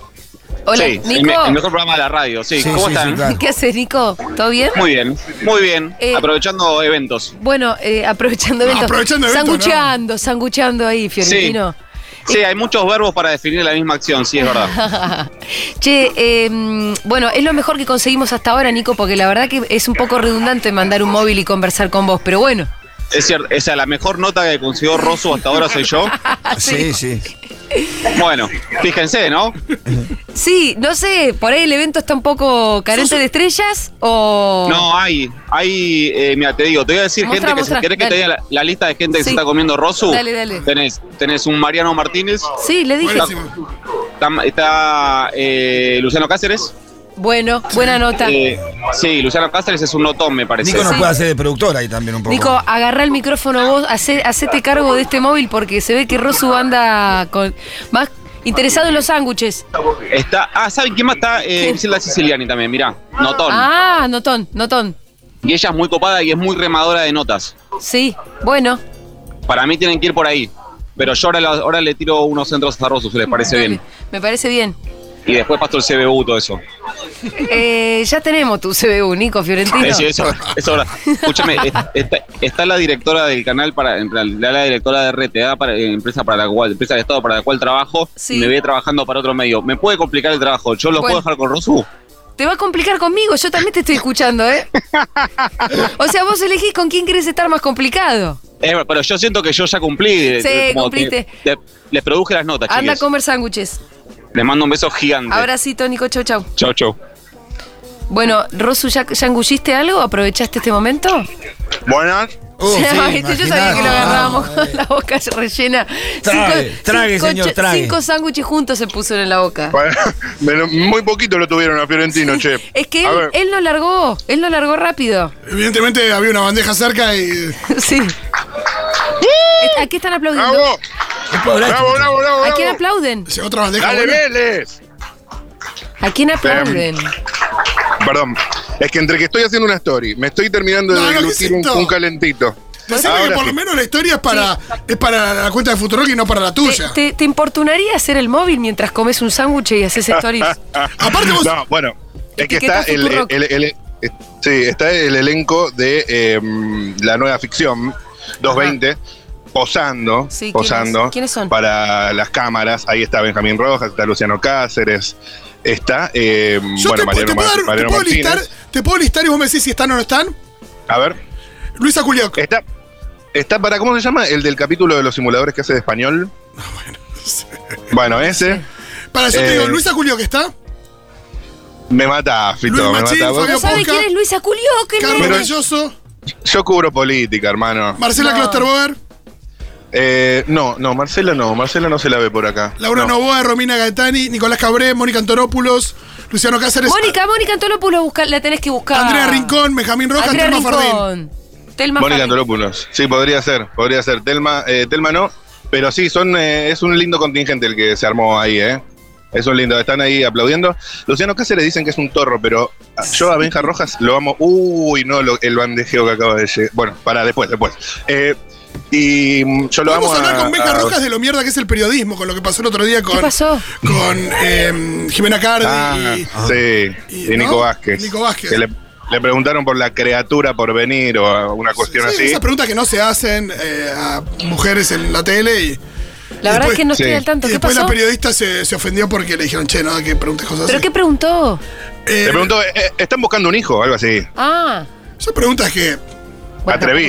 [SPEAKER 1] Hola,
[SPEAKER 7] Sí, el,
[SPEAKER 1] Nico.
[SPEAKER 7] me- el mejor programa de la radio. Sí,
[SPEAKER 3] Sí,
[SPEAKER 7] ¿cómo
[SPEAKER 3] sí,
[SPEAKER 7] están?
[SPEAKER 3] sí, claro.
[SPEAKER 1] ¿Qué haces, Nico? ¿Todo bien?
[SPEAKER 7] Muy bien, muy bien.
[SPEAKER 1] Eh,
[SPEAKER 7] Aprovechando eventos.
[SPEAKER 1] Bueno, eh, aprovechando eventos.
[SPEAKER 2] aprovechando eventos,
[SPEAKER 1] Sangucheando, sangucheando ahí, Fiorentino.
[SPEAKER 7] Sí, hay muchos verbos para definir la misma acción, sí, es verdad.
[SPEAKER 1] Che, eh, mm, bueno, es lo mejor que conseguimos hasta ahora, Nico, porque la verdad que es un poco redundante mandar un móvil y conversar con vos, pero bueno.
[SPEAKER 7] Es cierto, esa la mejor nota que consiguió Rosso hasta ahora soy yo.
[SPEAKER 3] Sí, sí.
[SPEAKER 7] Bueno, fíjense, ¿no?
[SPEAKER 1] Sí, no sé, por ahí el evento está un poco carente de estrellas o...
[SPEAKER 7] No, hay, hay, eh, mira, te digo, te voy a decir
[SPEAKER 1] Oh. Mostrá,
[SPEAKER 7] gente que
[SPEAKER 1] mostrá,
[SPEAKER 7] si querés que
[SPEAKER 1] dale.
[SPEAKER 7] te diga la, la lista de gente que se
[SPEAKER 1] Sí.
[SPEAKER 7] está comiendo Rosu,
[SPEAKER 1] Dale, dale.
[SPEAKER 7] Tenés, tenés un Mariano Martínez,
[SPEAKER 1] Sí, le dije.
[SPEAKER 2] Buenísimo.
[SPEAKER 7] está, está, eh, Luciano Cáceres.
[SPEAKER 1] Bueno, buena nota.
[SPEAKER 7] Eh, sí, Luciano Cáceres es un notón, me parece.
[SPEAKER 3] Nico nos
[SPEAKER 1] Sí.
[SPEAKER 3] puede hacer de productor ahí también un poco.
[SPEAKER 1] Nico, agarrá el micrófono vos, hace- hacete cargo de este móvil porque se ve que Rosu anda con, más interesado en los sándwiches.
[SPEAKER 7] Está, ah, ¿saben quién más está? Eh, Isilda Siciliani también, mirá, notón.
[SPEAKER 1] Ah, notón, notón.
[SPEAKER 7] Y ella es muy copada y es muy remadora de notas.
[SPEAKER 1] Sí, bueno.
[SPEAKER 7] Para mí tienen que ir por ahí. Pero yo ahora, la- ahora le tiro unos centros a Rosu, si les parece
[SPEAKER 1] Dale,
[SPEAKER 7] bien.
[SPEAKER 1] Me parece bien.
[SPEAKER 7] Y después Pastor CBU, todo eso.
[SPEAKER 1] Eh, ya tenemos tu CBU, Nico Fiorentino.
[SPEAKER 7] Eso, eso, eso ahora. Escúchame, es- está, está la directora del canal para, en realidad la directora de RTA para eh, empresa para la cual, empresa de Estado para la cual trabajo,
[SPEAKER 1] Sí.
[SPEAKER 7] y me voy trabajando para otro medio. Me puede complicar el trabajo, yo lo
[SPEAKER 1] Bueno.
[SPEAKER 7] puedo dejar con Rosu.
[SPEAKER 1] Te va a complicar conmigo, yo también te estoy escuchando, ¿eh? o sea, vos elegís con quién querés estar más complicado.
[SPEAKER 7] Eh, pero yo siento que yo ya cumplí. eh,
[SPEAKER 1] Sí,
[SPEAKER 7] como que
[SPEAKER 1] cumpliste.
[SPEAKER 7] le- les produje las notas,
[SPEAKER 1] Anda a
[SPEAKER 7] chiques.
[SPEAKER 1] comer sándwiches.
[SPEAKER 7] Les mando un beso gigante.
[SPEAKER 1] Abracito, Nico, chau, chau.
[SPEAKER 7] Chau, chau.
[SPEAKER 1] Bueno, Rosu, ¿ya, ya engulliste algo? ¿Aprovechaste este momento?
[SPEAKER 6] Buenas.
[SPEAKER 3] Uh, sí,
[SPEAKER 1] Viste, Yo sabía que lo
[SPEAKER 3] imaginate.
[SPEAKER 1] agarrábamos con la boca rellena.
[SPEAKER 3] Trague, trague, señor,
[SPEAKER 1] cho-
[SPEAKER 3] trague.
[SPEAKER 1] cinco sándwiches juntos se puso en la boca.
[SPEAKER 6] Bueno, pero muy poquito lo tuvieron a Fiorentino, che.
[SPEAKER 1] Es que
[SPEAKER 6] A
[SPEAKER 1] él,
[SPEAKER 6] ver,
[SPEAKER 1] él lo largó, él lo largó rápido.
[SPEAKER 2] Evidentemente había una bandeja cerca y.
[SPEAKER 1] Sí. ¿A qué están aplaudiendo?
[SPEAKER 6] ¡Bravo! ¡Bravo, bravo, bravo!
[SPEAKER 1] ¿A
[SPEAKER 6] bravo!
[SPEAKER 1] quién aplauden?
[SPEAKER 2] llegó otra bandeja.
[SPEAKER 6] ¡Dale,
[SPEAKER 2] buena.
[SPEAKER 6] Vélez!
[SPEAKER 1] ¿A quién aplauden?
[SPEAKER 6] Perdón, es que entre que estoy haciendo una story, me estoy terminando
[SPEAKER 2] No,
[SPEAKER 6] de
[SPEAKER 2] no, ¿qué es
[SPEAKER 6] lucir un,
[SPEAKER 2] esto?
[SPEAKER 6] un calentito.
[SPEAKER 2] Decime que
[SPEAKER 6] Ahora
[SPEAKER 2] por lo
[SPEAKER 6] sí.
[SPEAKER 2] menos la historia es para, es para la cuenta de Futurock y no para la
[SPEAKER 1] ¿Te,
[SPEAKER 2] tuya.
[SPEAKER 1] te, te importunaría hacer el móvil mientras comes un sándwich y haces stories?
[SPEAKER 2] Aparte vos-
[SPEAKER 6] No, bueno, es que
[SPEAKER 1] Etiqueta
[SPEAKER 6] está el,
[SPEAKER 1] Futurock.
[SPEAKER 6] el- el- el- eh, sí, está el elenco de eh, mm, la nueva ficción 220. Posando,
[SPEAKER 1] Sí, ¿quiénes-
[SPEAKER 6] posando
[SPEAKER 1] quiénes son?
[SPEAKER 6] para las cámaras. Ahí está Benjamín Rojas, está Luciano Cáceres, está eh,
[SPEAKER 2] Yo
[SPEAKER 6] bueno,
[SPEAKER 2] te, puedo-
[SPEAKER 6] Mariano,
[SPEAKER 2] te puedo,
[SPEAKER 6] Mar-
[SPEAKER 2] dar- te
[SPEAKER 6] Mariano
[SPEAKER 2] puedo
[SPEAKER 6] Martínez.
[SPEAKER 2] listar, te puedo listar y vos me decís si están o no están.
[SPEAKER 6] A ver,
[SPEAKER 2] Luisa Culioc.
[SPEAKER 6] está, está para, ¿cómo se llama? El del capítulo de los simuladores que hace de español. Bueno, ese.
[SPEAKER 2] Para yo te
[SPEAKER 6] eh,
[SPEAKER 2] digo, Luisa Culioc está.
[SPEAKER 6] Me mata, Fito,
[SPEAKER 2] Luis
[SPEAKER 6] me
[SPEAKER 2] Machín,
[SPEAKER 6] mata. Vos-
[SPEAKER 2] Fabio
[SPEAKER 1] ¿No sabe
[SPEAKER 2] Poca,
[SPEAKER 1] quién es Luisa Culio? ¿Qué
[SPEAKER 2] Carmen
[SPEAKER 6] Pero-
[SPEAKER 2] Belloso,
[SPEAKER 6] Yo cubro política, hermano.
[SPEAKER 2] Marcela
[SPEAKER 1] No.
[SPEAKER 2] Klosterboer,
[SPEAKER 6] Eh, no, no, Marcela no, Marcela no se la ve por acá.
[SPEAKER 2] Laura
[SPEAKER 6] no.
[SPEAKER 2] Novoa, Romina Gaetani, Nicolás Cabré, Mónica Antorópulos, Luciano Cáceres, Ah,
[SPEAKER 1] Mónica, Mónica Antolopoulos, busca- la tenés que buscar.
[SPEAKER 2] Andrea Rincón, Benjamín Rojas,
[SPEAKER 1] Andrea
[SPEAKER 2] Telma Fardín.
[SPEAKER 1] Rincón. Telma
[SPEAKER 6] Mónica
[SPEAKER 1] Fardín.
[SPEAKER 6] Antonopoulos. Sí, podría ser, podría ser. Telma, eh, Telma no, pero sí, son, eh, es un lindo contingente el que se armó ahí, ¿eh? Es un lindo, están ahí aplaudiendo. Luciano Cáceres dicen que es un torro, pero yo a Benja Rojas lo amo. Uy, no, lo- el bandejeo que acaba de llegar. Bueno, para después, después. Eh, y mm, yo lo amo.
[SPEAKER 2] Vamos a hablar
[SPEAKER 6] a-
[SPEAKER 2] con Beca
[SPEAKER 6] a-
[SPEAKER 2] Rojas de lo mierda que es el periodismo, con lo que pasó el otro día
[SPEAKER 1] ¿Qué
[SPEAKER 2] con,
[SPEAKER 1] pasó?
[SPEAKER 2] con em, Jimena Cardi.
[SPEAKER 6] Ah,
[SPEAKER 2] y-
[SPEAKER 6] sí,
[SPEAKER 2] y-
[SPEAKER 6] y Nico
[SPEAKER 2] ¿no?
[SPEAKER 6] Vázquez.
[SPEAKER 2] Nico Vázquez.
[SPEAKER 6] Que le, le preguntaron por la criatura por venir o una cuestión
[SPEAKER 2] Sí,
[SPEAKER 6] así.
[SPEAKER 2] Esas preguntas que no se hacen eh, a mujeres en la tele y,
[SPEAKER 1] La verdad
[SPEAKER 2] después-
[SPEAKER 1] es que no estoy
[SPEAKER 6] sí.
[SPEAKER 1] al tanto.
[SPEAKER 2] y
[SPEAKER 1] ¿Qué
[SPEAKER 2] después
[SPEAKER 1] pasó?
[SPEAKER 2] la periodista se, se ofendió porque le dijeron, che, no, que preguntes cosas
[SPEAKER 1] ¿Pero
[SPEAKER 2] así.
[SPEAKER 1] qué preguntó?
[SPEAKER 2] Eh,
[SPEAKER 6] Le preguntó, "Eh, eh, ¿están buscando un hijo? Algo así.
[SPEAKER 1] Ah.
[SPEAKER 2] Son preguntas que
[SPEAKER 1] bueno,
[SPEAKER 6] Atrevida.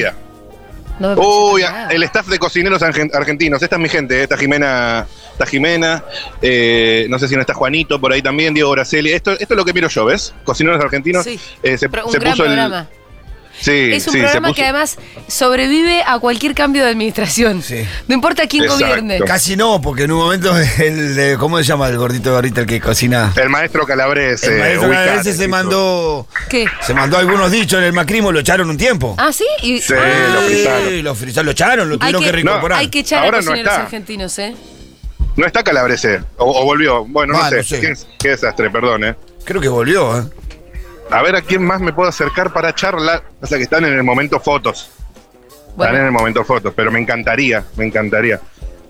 [SPEAKER 1] no me parece
[SPEAKER 6] Uy,
[SPEAKER 1] nada.
[SPEAKER 6] el staff de cocineros argen- argentinos. Esta es mi gente, eh, esta Jimena. Está Jimena, eh, no sé si no está Juanito por ahí también, Diego Braceli. Esto, esto es lo que miro yo, ¿ves? Cocineros argentinos.
[SPEAKER 1] Sí.
[SPEAKER 6] Eh, se
[SPEAKER 1] Pro- un
[SPEAKER 6] se
[SPEAKER 1] gran
[SPEAKER 6] puso el,
[SPEAKER 1] programa.
[SPEAKER 6] Sí,
[SPEAKER 1] es un
[SPEAKER 6] sí, se
[SPEAKER 1] programa
[SPEAKER 6] puso-
[SPEAKER 1] que además sobrevive a cualquier cambio de administración.
[SPEAKER 3] Sí.
[SPEAKER 1] No importa quién
[SPEAKER 6] Exacto.
[SPEAKER 1] gobierne.
[SPEAKER 3] Casi no, porque en un momento el de- ¿cómo se llama el gordito de ahorita el que cocina?
[SPEAKER 6] El maestro Calabrés.
[SPEAKER 3] el
[SPEAKER 6] eh,
[SPEAKER 3] maestro
[SPEAKER 6] ubicate,
[SPEAKER 3] a veces se
[SPEAKER 6] hizo-
[SPEAKER 3] mandó
[SPEAKER 1] ¿Qué?
[SPEAKER 3] se mandó algunos dichos en el macrismo, lo echaron un tiempo.
[SPEAKER 1] ¿Ah, sí? Y-
[SPEAKER 6] Sí,
[SPEAKER 1] Ah,
[SPEAKER 6] lo frisaron.
[SPEAKER 3] Sí, lo frisaron, lo echaron, lo
[SPEAKER 1] hay,
[SPEAKER 3] tuvieron que,
[SPEAKER 1] que,
[SPEAKER 3] reincorporar.
[SPEAKER 1] hay que echar
[SPEAKER 6] Ahora
[SPEAKER 1] a
[SPEAKER 6] no
[SPEAKER 1] cocineros
[SPEAKER 6] está.
[SPEAKER 1] argentinos, ¿eh?
[SPEAKER 6] No está Calabrés, eh, o, o volvió. Bueno,
[SPEAKER 3] Ah,
[SPEAKER 6] no sé.
[SPEAKER 3] no sé.
[SPEAKER 6] Qué, qué desastre, perdón, eh.
[SPEAKER 3] Creo que volvió, ¿eh?
[SPEAKER 6] A ver a quién más me puedo acercar para charlar. O sea que están en el momento fotos. Están en
[SPEAKER 1] Bueno,
[SPEAKER 6] el momento fotos, pero me encantaría, me encantaría.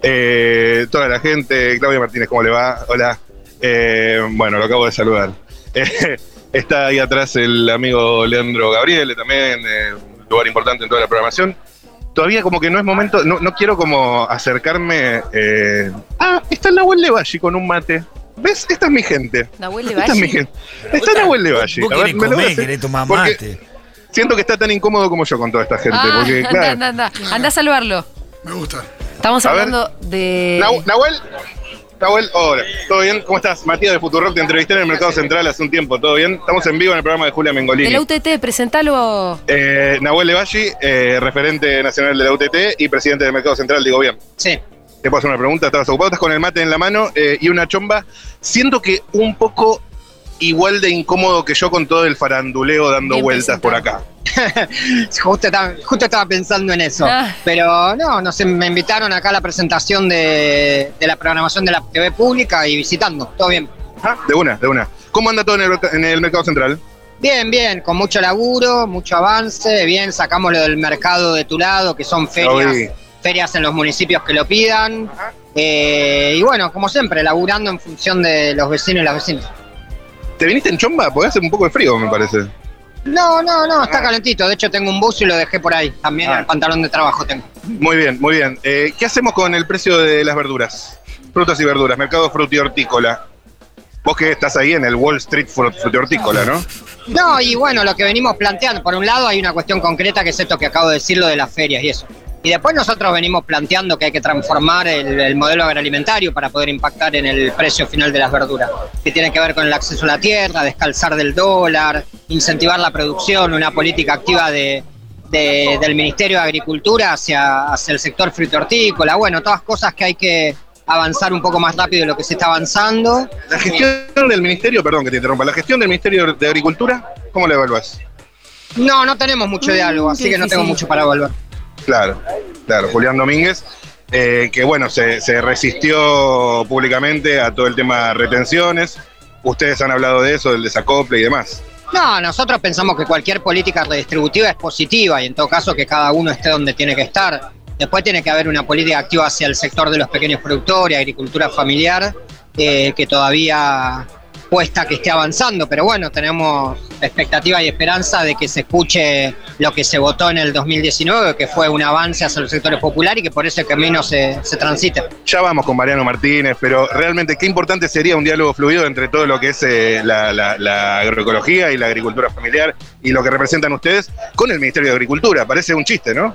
[SPEAKER 6] Eh, toda la gente, Claudia Martínez, ¿cómo le va? Hola. Eh, bueno, lo acabo de saludar. Eh, está ahí atrás el amigo Leandro Gabriele también, eh, un lugar importante en toda la programación. Todavía como que no es momento, no, no quiero como acercarme. eh, ah, está Nahuel Levalli con un mate. ¿Ves? Esta es mi gente.
[SPEAKER 1] Nahuel
[SPEAKER 6] Esta es mi
[SPEAKER 1] Levalle.
[SPEAKER 6] gente. Está Nahuel Levalli.
[SPEAKER 3] Vos
[SPEAKER 6] A ver,
[SPEAKER 3] querés
[SPEAKER 6] me lo voy a
[SPEAKER 3] comer,
[SPEAKER 6] hacer-
[SPEAKER 3] querés tomar
[SPEAKER 6] porque
[SPEAKER 3] mate.
[SPEAKER 6] Siento que está tan incómodo como yo con toda esta gente.
[SPEAKER 1] Ah,
[SPEAKER 6] porque,
[SPEAKER 1] anda,
[SPEAKER 6] claro,
[SPEAKER 1] anda, anda. Anda a saludarlo.
[SPEAKER 2] Me gusta.
[SPEAKER 1] Estamos
[SPEAKER 6] A ver.
[SPEAKER 1] hablando de.
[SPEAKER 6] Nahu- Nahuel, Nahuel, hola, ¿todo bien? ¿Cómo estás? Matías de Futurock, te entrevisté en el Mercado Central hace un tiempo, ¿todo bien? Estamos en vivo en el programa de Julia
[SPEAKER 1] de
[SPEAKER 6] Mengolini.
[SPEAKER 1] la UTT, presentalo.
[SPEAKER 6] Eh, Nahuel Levalli, eh, referente nacional de la UTT y presidente del Mercado Central, digo bien.
[SPEAKER 5] Sí.
[SPEAKER 6] Te puedo hacer una pregunta, estabas ocupado, estás con el mate en la mano eh, y una chomba. Siento que un poco igual de incómodo que yo con todo el faranduleo dando
[SPEAKER 1] Bien
[SPEAKER 6] vueltas por acá.
[SPEAKER 5] Justo estaba, justo estaba pensando en eso.
[SPEAKER 1] Ah.
[SPEAKER 5] Pero no, no sé, me invitaron acá a la presentación de, de la programación de la TV pública y visitando. Todo bien.
[SPEAKER 6] Ajá, Ah, de una, de una. ¿Cómo anda todo en el, en el Mercado Central?
[SPEAKER 5] Bien, bien, con mucho laburo, mucho avance, bien, sacamos lo del mercado de tu lado, que son
[SPEAKER 6] Lo vi.
[SPEAKER 5] ferias, ferias en los municipios que lo pidan. Eh, y bueno, como siempre, laburando en función de los vecinos y las vecinas.
[SPEAKER 6] ¿Te viniste en chomba? Porque hace un poco de frío, me parece.
[SPEAKER 5] No, no, no, está calentito. De hecho, tengo un buzo y lo dejé por ahí. También
[SPEAKER 6] Ah.
[SPEAKER 5] el pantalón de trabajo tengo.
[SPEAKER 6] Muy bien, muy bien. Eh, ¿Qué hacemos con el precio de las verduras? Frutas y verduras, mercado fruti hortícola. Vos que estás ahí en el Wall Street fru- fruti hortícola, ¿no?
[SPEAKER 5] No, y bueno, lo que venimos planteando, por un lado hay una cuestión concreta que es esto que acabo de decir, lo de las ferias y eso. Y después nosotros venimos planteando que hay que transformar el, el modelo agroalimentario para poder impactar en el precio final de las verduras, que tiene que ver con el acceso a la tierra, descalzar del dólar, incentivar la producción, una política activa de, de- del Ministerio de Agricultura hacia, hacia el sector fruto hortícola, bueno, todas cosas que hay que avanzar un poco más rápido de lo que se está avanzando.
[SPEAKER 6] La gestión del ministerio, perdón que te interrumpa, la gestión del Ministerio de Agricultura, ¿cómo la evaluás?
[SPEAKER 5] No, no tenemos mucho diálogo, así que no tengo
[SPEAKER 1] difícil.
[SPEAKER 5] mucho para volver.
[SPEAKER 6] Claro, claro, Julián Domínguez, eh, que bueno, se, se resistió públicamente a todo el tema de retenciones. Ustedes han hablado de eso, del desacople y demás.
[SPEAKER 5] No, nosotros pensamos que cualquier política redistributiva es positiva y en todo caso que cada uno esté donde tiene que estar. Después tiene que haber una política activa hacia el sector de los pequeños productores, agricultura familiar, eh, que todavía cuesta que esté avanzando, pero bueno, tenemos expectativa y esperanza de que se escuche lo que se votó en el 2019, que fue un avance hacia los sectores populares y que por ese camino se, se transita.
[SPEAKER 6] Ya vamos con Mariano Martínez, pero realmente qué importante sería un diálogo fluido entre todo lo que es eh, la, la- la agroecología y la agricultura familiar y lo que representan ustedes con el Ministerio de Agricultura. Parece un chiste, ¿no?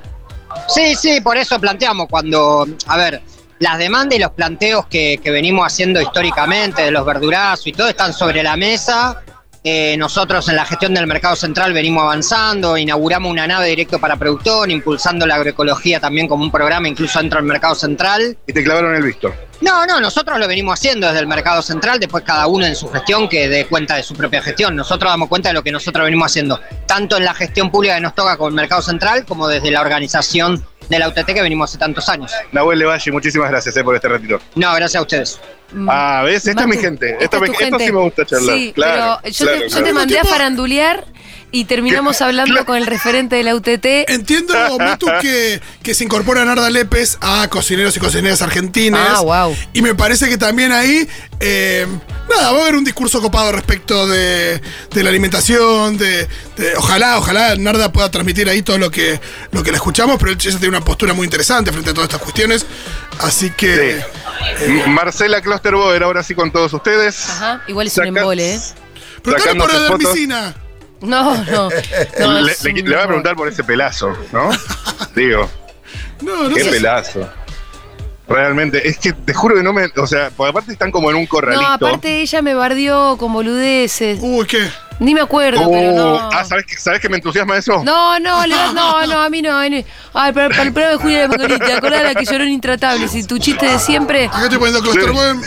[SPEAKER 5] Sí, sí, por eso planteamos cuando, a ver, las demandas y los planteos que, que venimos haciendo históricamente de los verdurazos y todo están sobre la mesa. Eh, nosotros en la gestión del mercado central venimos avanzando, inauguramos una nave directo para productor, impulsando la agroecología también como un programa incluso dentro del mercado central.
[SPEAKER 6] Y te clavaron el visto.
[SPEAKER 5] No, no, nosotros lo venimos haciendo desde el mercado central, después cada uno en su gestión que dé cuenta de su propia gestión. Nosotros damos cuenta de lo que nosotros venimos haciendo, tanto en la gestión pública que nos toca con el mercado central, como desde la organización de la UTT que venimos hace tantos años.
[SPEAKER 6] Nahuel Levalle, muchísimas gracias eh, por este ratito.
[SPEAKER 5] No, gracias a ustedes.
[SPEAKER 1] Mm,
[SPEAKER 6] Ah, ¿ves? Esta es mi
[SPEAKER 1] Mate,
[SPEAKER 6] gente.
[SPEAKER 1] esta
[SPEAKER 6] Esta
[SPEAKER 1] es
[SPEAKER 6] me-
[SPEAKER 1] tu
[SPEAKER 6] esto
[SPEAKER 1] gente.
[SPEAKER 6] sí me gusta charlar.
[SPEAKER 1] Sí,
[SPEAKER 6] claro,
[SPEAKER 1] pero yo,
[SPEAKER 6] claro,
[SPEAKER 1] te, yo
[SPEAKER 6] claro.
[SPEAKER 1] te mandé a
[SPEAKER 2] Tipo-
[SPEAKER 1] farandulear y terminamos hablando
[SPEAKER 6] Claro.
[SPEAKER 1] con el referente de la UTT.
[SPEAKER 2] Entiendo, Matu, que, que se incorpora Narda Lépez a cocineros y cocineras argentinas.
[SPEAKER 1] Ah, wow.
[SPEAKER 2] Y me parece que también ahí, eh, nada, va a haber un discurso copado respecto de, de la alimentación, de, de- ojalá, ojalá Narda pueda transmitir ahí todo lo que, lo que le escuchamos, pero ella tiene una postura muy interesante frente a todas estas cuestiones. Así que...
[SPEAKER 6] Sí. M- Marcela Klosterboer, ahora sí con todos ustedes.
[SPEAKER 1] Ajá, igual es un
[SPEAKER 6] Saca-
[SPEAKER 1] embole, ¿eh?
[SPEAKER 2] Preguntale por la
[SPEAKER 6] sacándose fotos.
[SPEAKER 2] dermicina.
[SPEAKER 1] No, no. no,
[SPEAKER 6] le,
[SPEAKER 1] es
[SPEAKER 6] le-
[SPEAKER 1] un
[SPEAKER 6] le voy a
[SPEAKER 1] horror.
[SPEAKER 6] preguntar por ese pelazo, ¿no? Digo.
[SPEAKER 2] No, no
[SPEAKER 6] Qué
[SPEAKER 2] sé.
[SPEAKER 6] pelazo. Realmente, es que te juro que no me. O sea, porque aparte están como en un corralito.
[SPEAKER 1] No, aparte ella me bardió con boludeces.
[SPEAKER 2] Uy, ¿qué?
[SPEAKER 1] Ni me acuerdo, pero
[SPEAKER 6] Uh,
[SPEAKER 1] no.
[SPEAKER 6] Ah, ¿sabes que, ¿sabes que me entusiasma eso?
[SPEAKER 1] No, no, le das- no, no, a mí no. a mí no. Ay, para, para el programa de Julia de Mangolita, acordá la que lloró en Intratables y tu chiste de siempre.
[SPEAKER 2] Acá estoy poniendo Closterboy.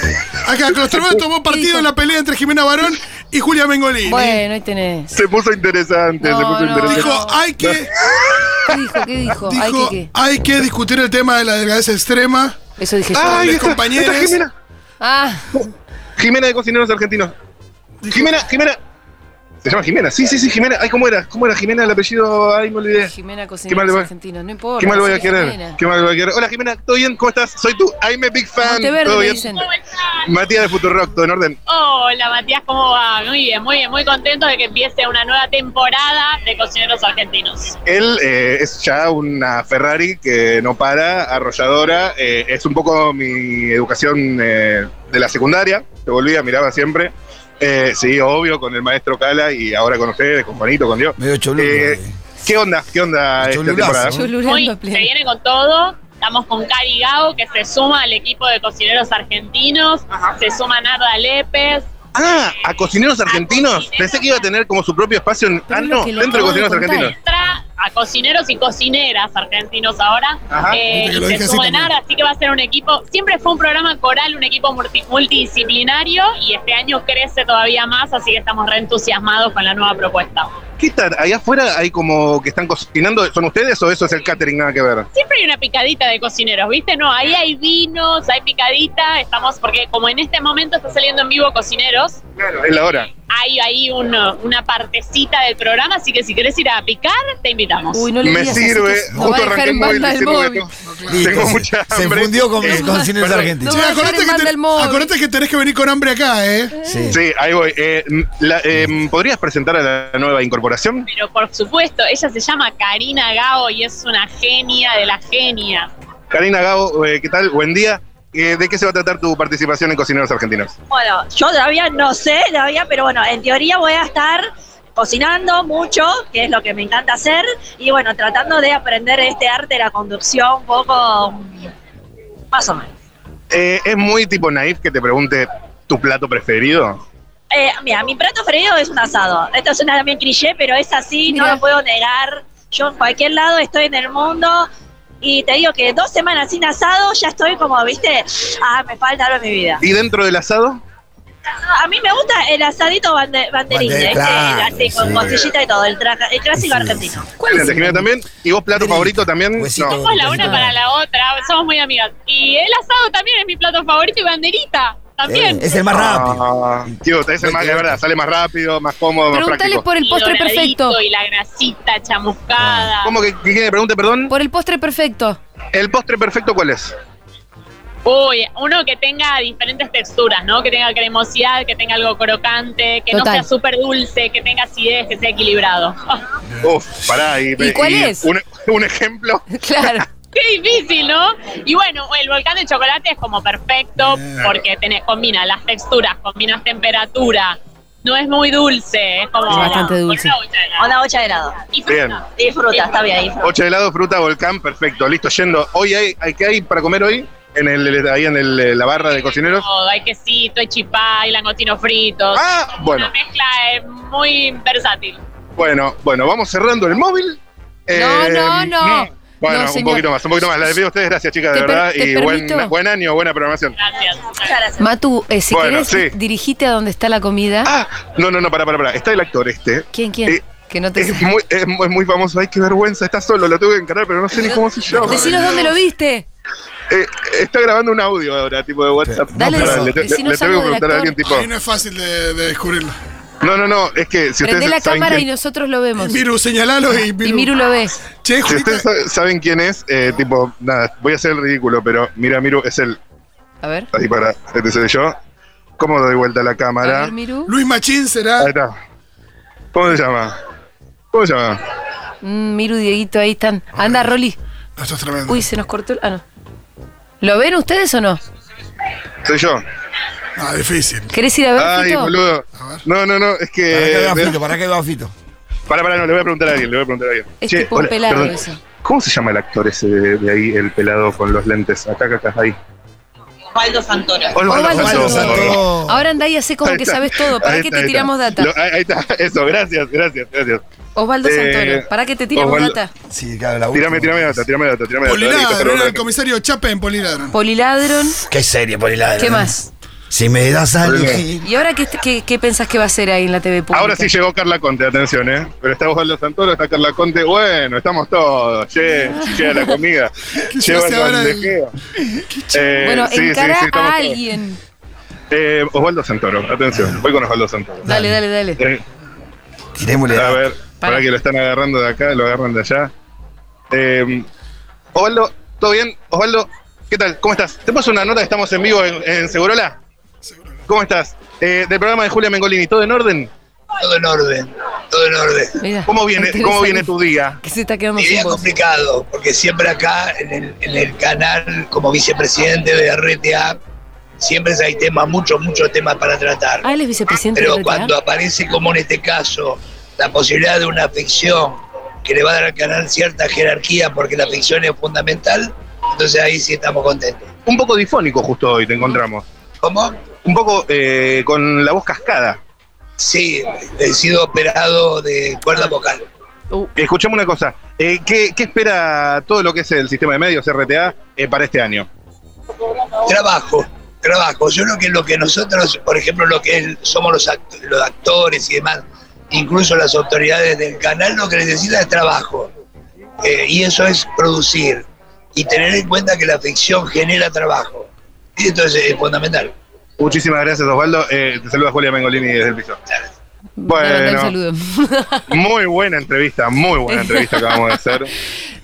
[SPEAKER 2] Acá Closterboy tomó partido en la pelea entre Jimena Barón y Julia Mengolini.
[SPEAKER 1] Bueno, ahí tenés.
[SPEAKER 6] Se puso interesante,
[SPEAKER 1] No,
[SPEAKER 6] se puso
[SPEAKER 1] no.
[SPEAKER 6] interesante.
[SPEAKER 2] Dijo, hay que,
[SPEAKER 1] ¿Qué dijo? ¿Qué dijo? Ay,
[SPEAKER 2] dijo,
[SPEAKER 1] ¿qué, qué?
[SPEAKER 2] hay que discutir el tema de la delgadez extrema.
[SPEAKER 1] Eso dije yo.
[SPEAKER 6] Ay,
[SPEAKER 2] Mis
[SPEAKER 6] esta- esta
[SPEAKER 2] compañeros.
[SPEAKER 6] Jimena,
[SPEAKER 1] Ah,
[SPEAKER 6] Jimena de Cocineros Argentinos. Jimena, Jimena. Se llama Jimena, sí, sí, sí, Jimena. Ay, ¿cómo era? ¿Cómo era Jimena el apellido? Ay, me olvidé. ¿Qué mal le
[SPEAKER 1] Jimena Cocineros
[SPEAKER 6] va-
[SPEAKER 1] Argentinos, no importa.
[SPEAKER 6] ¿Qué mal voy a
[SPEAKER 1] sí,
[SPEAKER 6] querer?
[SPEAKER 1] Jimena.
[SPEAKER 6] ¿Qué mal voy a querer? Hola Jimena, ¿todo bien? ¿Cómo estás? Soy tú, I'm a big fan.
[SPEAKER 1] Monteverde
[SPEAKER 6] ¿Todo
[SPEAKER 1] me
[SPEAKER 6] bien?
[SPEAKER 1] dicen.
[SPEAKER 8] ¿Cómo están?
[SPEAKER 6] Matías de Futurock, todo en orden.
[SPEAKER 8] Hola Matías, ¿cómo va? Muy bien, muy bien, muy contento de que empiece una nueva temporada de Cocineros Argentinos.
[SPEAKER 6] Él eh, es ya una Ferrari que no para, arrolladora. eh, es un poco mi educación eh, de la secundaria. Te volvía, miraba siempre. Eh, sí, obvio, con el maestro Cala y ahora con ustedes, con Juanito, con Dios.
[SPEAKER 3] Medio cholulo.
[SPEAKER 6] Eh, ¿Qué onda? ¿Qué onda esta
[SPEAKER 3] Cholulazo.
[SPEAKER 6] temporada?
[SPEAKER 1] Yo
[SPEAKER 8] Hoy
[SPEAKER 1] lulando a
[SPEAKER 8] se
[SPEAKER 1] pleno.
[SPEAKER 8] viene con todo. Estamos con Cari Gao, que se suma al equipo de Cocineros Argentinos. Se suma Narda Lépez.
[SPEAKER 6] Ah, a Cocineros Argentinos.
[SPEAKER 8] Cocineros.
[SPEAKER 6] Pensé que iba a tener como su propio espacio. En,
[SPEAKER 1] Pero
[SPEAKER 6] ah,
[SPEAKER 1] es lo
[SPEAKER 6] no,
[SPEAKER 1] que le
[SPEAKER 6] dentro de
[SPEAKER 1] acabo de
[SPEAKER 6] Cocineros
[SPEAKER 1] contar.
[SPEAKER 6] Argentinos.
[SPEAKER 8] Entra a cocineros y cocineras argentinos ahora.
[SPEAKER 6] Ajá.
[SPEAKER 8] Eh,
[SPEAKER 2] Viste que
[SPEAKER 8] y
[SPEAKER 2] lo dije
[SPEAKER 8] se
[SPEAKER 2] así
[SPEAKER 8] suma
[SPEAKER 2] también.
[SPEAKER 8] Narda, así que va a ser un equipo. Siempre fue un programa coral, un equipo multi- multidisciplinario. Y este año crece todavía más, así que estamos reentusiasmados con la nueva propuesta.
[SPEAKER 6] ¿Qué tal? Allá afuera hay como que están cocinando. ¿Son ustedes o eso es el catering? Nada que ver.
[SPEAKER 8] Siempre hay una picadita de cocineros, ¿viste? No, ahí hay vinos, hay picadita, estamos, porque como en este momento está saliendo en vivo cocineros,
[SPEAKER 6] Claro, es la hora.
[SPEAKER 8] hay ahí un- una partecita del programa, así que si querés ir a picar, te invitamos.
[SPEAKER 1] Uy, no le
[SPEAKER 6] Me
[SPEAKER 1] digas así
[SPEAKER 6] sirve.
[SPEAKER 1] que nos va
[SPEAKER 6] Justo
[SPEAKER 1] a dejar
[SPEAKER 6] arranqué el
[SPEAKER 1] en
[SPEAKER 6] móvil
[SPEAKER 1] banda el
[SPEAKER 6] diciendo
[SPEAKER 1] móvil.
[SPEAKER 6] que
[SPEAKER 3] Listo,
[SPEAKER 6] Tengo
[SPEAKER 3] se-
[SPEAKER 6] mucha
[SPEAKER 3] Se
[SPEAKER 6] hambre.
[SPEAKER 3] fundió con,
[SPEAKER 6] Eh,
[SPEAKER 3] con cines
[SPEAKER 6] perdón.
[SPEAKER 3] argentinos.
[SPEAKER 1] No,
[SPEAKER 2] Che,
[SPEAKER 1] va a dejar
[SPEAKER 2] acordate
[SPEAKER 1] en
[SPEAKER 2] que,
[SPEAKER 1] banda
[SPEAKER 2] te-
[SPEAKER 1] el móvil.
[SPEAKER 2] acordate que tenés que venir con hambre acá, ¿eh?
[SPEAKER 3] Sí.
[SPEAKER 6] Sí, ahí voy. Eh, la- eh, ¿Podrías presentar a la nueva incorporación?
[SPEAKER 8] Pero por supuesto, ella se llama Karina Gao y es una genia de la genia.
[SPEAKER 6] Karina Gao, eh, ¿qué tal? Buen día. Eh, ¿De qué se va a tratar tu participación en Cocineros Argentinos?
[SPEAKER 9] Bueno, yo todavía no sé, todavía, pero bueno, en teoría voy a estar cocinando mucho, que es lo que me encanta hacer, y bueno, tratando de aprender este arte de la conducción un poco más o menos.
[SPEAKER 6] Eh, ¿Es muy tipo naif que te pregunte tu plato preferido?
[SPEAKER 9] Eh, mira, mi plato preferido es un asado. Esto suena también cliché, pero es así, no
[SPEAKER 1] Mira.
[SPEAKER 9] lo puedo negar. Yo en cualquier lado estoy en el mundo y te digo que dos semanas sin asado ya estoy como, viste, ah, me falta algo en mi vida.
[SPEAKER 6] ¿Y dentro del asado?
[SPEAKER 9] A mí me gusta el asadito bande- banderín,
[SPEAKER 3] Bandera,
[SPEAKER 9] este,
[SPEAKER 3] claro,
[SPEAKER 9] así, con
[SPEAKER 3] sí.
[SPEAKER 9] costillita y todo, el, traca- el clásico
[SPEAKER 3] Sí,
[SPEAKER 9] argentino.
[SPEAKER 1] ¿Cuál es?
[SPEAKER 6] Excelente, Jimena, también. ¿Y vos plato
[SPEAKER 3] Huesito.
[SPEAKER 6] favorito también?
[SPEAKER 3] Huesito. Eh,
[SPEAKER 6] No.
[SPEAKER 8] Somos la una para la otra, somos muy amigas. Y el asado también es mi plato favorito y banderita, también.
[SPEAKER 3] Eh, es el más rápido.
[SPEAKER 6] Ah, tío, es el más, la verdad, sale más rápido, más cómodo, más
[SPEAKER 1] Preguntale
[SPEAKER 6] práctico.
[SPEAKER 1] por el
[SPEAKER 8] Y
[SPEAKER 1] postre
[SPEAKER 8] doradito
[SPEAKER 1] perfecto.
[SPEAKER 8] Y la grasita chamuscada.
[SPEAKER 6] Ah. ¿Cómo que, que quiere que pregunte, perdón?
[SPEAKER 1] Por el postre perfecto.
[SPEAKER 6] ¿El postre perfecto cuál es?
[SPEAKER 8] Uy, uno que tenga diferentes texturas, ¿no? Que tenga cremosidad, que tenga algo crocante, que
[SPEAKER 1] Total.
[SPEAKER 8] no sea súper dulce, que tenga acidez, que sea equilibrado.
[SPEAKER 6] Uf, pará. ¿Y,
[SPEAKER 1] ¿Y cuál es?
[SPEAKER 6] Un, un ejemplo.
[SPEAKER 1] Claro.
[SPEAKER 8] Qué difícil, ¿no? Y bueno, el volcán de chocolate es como perfecto porque tenés, combina las texturas, combinas temperatura. No es muy dulce, es
[SPEAKER 9] Ah,
[SPEAKER 8] como.
[SPEAKER 1] Es bastante
[SPEAKER 8] con
[SPEAKER 1] dulce.
[SPEAKER 8] una bocha de helado.
[SPEAKER 9] Una bocha de helado.
[SPEAKER 8] Y fruta.
[SPEAKER 6] Bien.
[SPEAKER 9] Disfruta, está bien, disfruta.
[SPEAKER 6] Ocho helados, fruta, volcán, perfecto. Listo, yendo. Hoy hay, hay- ¿Qué hay para comer hoy? En el, ahí en el- la barra de cocineros.
[SPEAKER 8] Todo, hay quesito, hay chipá, hay langostinos fritos.
[SPEAKER 6] Ah, bueno,
[SPEAKER 8] Una mezcla eh, muy versátil.
[SPEAKER 6] bueno, bueno, vamos cerrando el móvil. Eh,
[SPEAKER 1] No, no, no.
[SPEAKER 6] mm, Bueno,
[SPEAKER 1] No,
[SPEAKER 6] un
[SPEAKER 1] señor.
[SPEAKER 6] poquito más, un poquito más. La despido a ustedes, gracias chicas, de
[SPEAKER 1] Te per-
[SPEAKER 6] verdad.
[SPEAKER 1] te
[SPEAKER 6] Y buen,
[SPEAKER 1] permito.
[SPEAKER 6] buen año, buena programación.
[SPEAKER 8] Gracias.
[SPEAKER 9] Muchas gracias.
[SPEAKER 1] Matu, eh, si
[SPEAKER 6] Bueno,
[SPEAKER 1] querés,
[SPEAKER 6] sí.
[SPEAKER 1] dirigite a donde está la comida.
[SPEAKER 6] Ah, no, no, no, para, para, para. Está el actor este.
[SPEAKER 1] ¿Quién, quién?
[SPEAKER 6] eh,
[SPEAKER 1] que no te
[SPEAKER 6] Es muy, es muy- es muy famoso. Ay, qué vergüenza. Está solo, lo tuve que encarar, pero no sé ni cómo se llama.
[SPEAKER 1] Decinos dónde lo viste.
[SPEAKER 6] Eh, está grabando un audio ahora, tipo de WhatsApp.
[SPEAKER 1] Dale,
[SPEAKER 6] Pará,
[SPEAKER 1] eso,
[SPEAKER 6] le, te- le-
[SPEAKER 1] decinos
[SPEAKER 6] le tengo que
[SPEAKER 1] algo del
[SPEAKER 6] preguntar a alguien, tipo.
[SPEAKER 2] Ahí no es fácil de, de descubrirlo.
[SPEAKER 6] No, no, no, es que si
[SPEAKER 1] Prende
[SPEAKER 6] ustedes
[SPEAKER 1] la
[SPEAKER 6] saben
[SPEAKER 1] cámara y
[SPEAKER 6] quién,
[SPEAKER 1] nosotros lo vemos.
[SPEAKER 2] Miru, señalalo y Miru.
[SPEAKER 1] Y Miru lo ve.
[SPEAKER 2] Che,
[SPEAKER 6] si
[SPEAKER 2] Julita,
[SPEAKER 6] ustedes sa- saben quién es, eh, tipo, nada, voy a hacer el ridículo, pero mira, Miru, es él.
[SPEAKER 1] A ver.
[SPEAKER 6] Ahí para, este soy yo. ¿Cómo doy vuelta la
[SPEAKER 1] A
[SPEAKER 6] cámara?
[SPEAKER 1] ver, Miru.
[SPEAKER 2] Luis Machín será.
[SPEAKER 6] Ahí está. ¿Cómo se llama? ¿Cómo se llama?
[SPEAKER 1] Mm, Miru, Dieguito, ahí están. Anda, Roli.
[SPEAKER 2] No, esto es Ah, tremendo.
[SPEAKER 1] Uy, se nos cortó el. Ah, no. ¿Lo ven ustedes o no?
[SPEAKER 6] Soy yo.
[SPEAKER 2] Ah, difícil.
[SPEAKER 1] ¿Querés ir a ver,
[SPEAKER 6] Ay,
[SPEAKER 1] Fito?
[SPEAKER 6] boludo. No, no, no, es
[SPEAKER 3] ¿Para qué
[SPEAKER 6] que.
[SPEAKER 3] va Fito? ¿Para qué va Fito?
[SPEAKER 6] Pará, pará, no, le voy a preguntar a alguien, le voy a preguntar a alguien.
[SPEAKER 1] Es tipo un pelado ese.
[SPEAKER 6] ¿Cómo se llama el actor ese de, de ahí, el pelado con los lentes? Acá, acá, acá, ahí.
[SPEAKER 10] Osvaldo Santoro.
[SPEAKER 6] Osvaldo Santoro.
[SPEAKER 1] Osvaldo
[SPEAKER 3] Santoro.
[SPEAKER 1] Ahora andá y hacé como
[SPEAKER 6] Ahí
[SPEAKER 1] que
[SPEAKER 6] está.
[SPEAKER 1] sabes todo. ¿Para
[SPEAKER 6] Ahí
[SPEAKER 1] qué
[SPEAKER 6] está,
[SPEAKER 1] te
[SPEAKER 6] ahí
[SPEAKER 1] tiramos
[SPEAKER 6] está.
[SPEAKER 1] data?
[SPEAKER 6] Lo- ahí, ahí está, eso, gracias, gracias, gracias.
[SPEAKER 1] Osvaldo
[SPEAKER 6] Eh,
[SPEAKER 1] Santoro, ¿para qué te tiramos
[SPEAKER 6] Osvaldo-
[SPEAKER 1] data?
[SPEAKER 3] Sí, claro, la
[SPEAKER 6] Tirame,
[SPEAKER 3] última.
[SPEAKER 6] tirame data, tirame data, tirame data. Listo,
[SPEAKER 2] Poliladron,
[SPEAKER 6] pero-
[SPEAKER 2] era el comisario Chapa en Poliladron.
[SPEAKER 1] Poliladron,
[SPEAKER 3] Qué serie, Poliladro.
[SPEAKER 1] ¿qué más?
[SPEAKER 3] Si me das a elegir.
[SPEAKER 1] ¿Y ahora qué, qué, qué pensás que va a ser ahí en la TV pública?
[SPEAKER 6] Ahora sí eh, llegó Carla Conte, atención, ¿eh? Pero está Osvaldo Santoro, está Carla Conte. Bueno, estamos todos. Che, llega la comida. Lleva
[SPEAKER 2] clase
[SPEAKER 6] el
[SPEAKER 2] ahora de-
[SPEAKER 6] bandejeo. Eh,
[SPEAKER 1] Bueno,
[SPEAKER 6] sí, sí,
[SPEAKER 1] encara
[SPEAKER 6] sí, estamos
[SPEAKER 1] a
[SPEAKER 6] todos.
[SPEAKER 1] alguien.
[SPEAKER 6] Eh, Osvaldo Santoro, atención, voy con Osvaldo Santoro.
[SPEAKER 1] Dale, dale, dale.
[SPEAKER 6] Eh,
[SPEAKER 3] Tirémosle.
[SPEAKER 6] a ver, para.
[SPEAKER 1] Para.
[SPEAKER 6] que lo están agarrando de acá, lo agarran de allá. Eh, Osvaldo, ¿todo bien? Osvaldo, ¿qué tal? ¿Cómo estás? Te paso una nota, estamos en vivo en, en Segurola. ¿Cómo estás? Eh, del programa de Julia Mengolini, ¿todo en orden?
[SPEAKER 10] Todo en orden, todo en orden.
[SPEAKER 1] Mirá,
[SPEAKER 6] ¿Cómo viene,
[SPEAKER 1] me
[SPEAKER 6] cómo
[SPEAKER 1] interesa
[SPEAKER 6] viene
[SPEAKER 1] mí.
[SPEAKER 6] tu día?
[SPEAKER 1] Que se está quedando
[SPEAKER 10] Mi
[SPEAKER 1] sin
[SPEAKER 10] día
[SPEAKER 1] voz.
[SPEAKER 10] complicado, porque siempre acá en el, en el canal, como vicepresidente de RTA, siempre hay temas, muchos, muchos temas para tratar.
[SPEAKER 1] Ah, él es vicepresidente
[SPEAKER 10] Pero
[SPEAKER 1] de RTA.
[SPEAKER 10] cuando aparece, como en este caso, la posibilidad de una ficción que le va a dar al canal cierta jerarquía, porque la ficción es fundamental, entonces ahí sí estamos contentos.
[SPEAKER 6] Un poco difónico justo hoy te encontramos.
[SPEAKER 10] ¿Cómo?
[SPEAKER 6] Un poco eh, con la voz cascada.
[SPEAKER 10] Sí, he sido operado de cuerda vocal.
[SPEAKER 6] Escuchame una cosa. eh, ¿qué, qué espera todo lo que es el sistema de medios RTA eh, para este año?
[SPEAKER 10] Trabajo, trabajo. Yo creo que lo que nosotros, por ejemplo, lo que es- somos los, act- los actores y demás, incluso las autoridades del canal, lo que necesita es trabajo. Eh, y eso es producir y tener en cuenta que la ficción genera trabajo. Y entonces es fundamental.
[SPEAKER 6] Muchísimas gracias, Osvaldo. Eh, te saluda Julia Mengolini desde el piso.
[SPEAKER 1] Dale, dale,
[SPEAKER 6] Bueno.
[SPEAKER 1] un saludo.
[SPEAKER 6] Muy buena entrevista, muy buena entrevista que acabamos de hacer.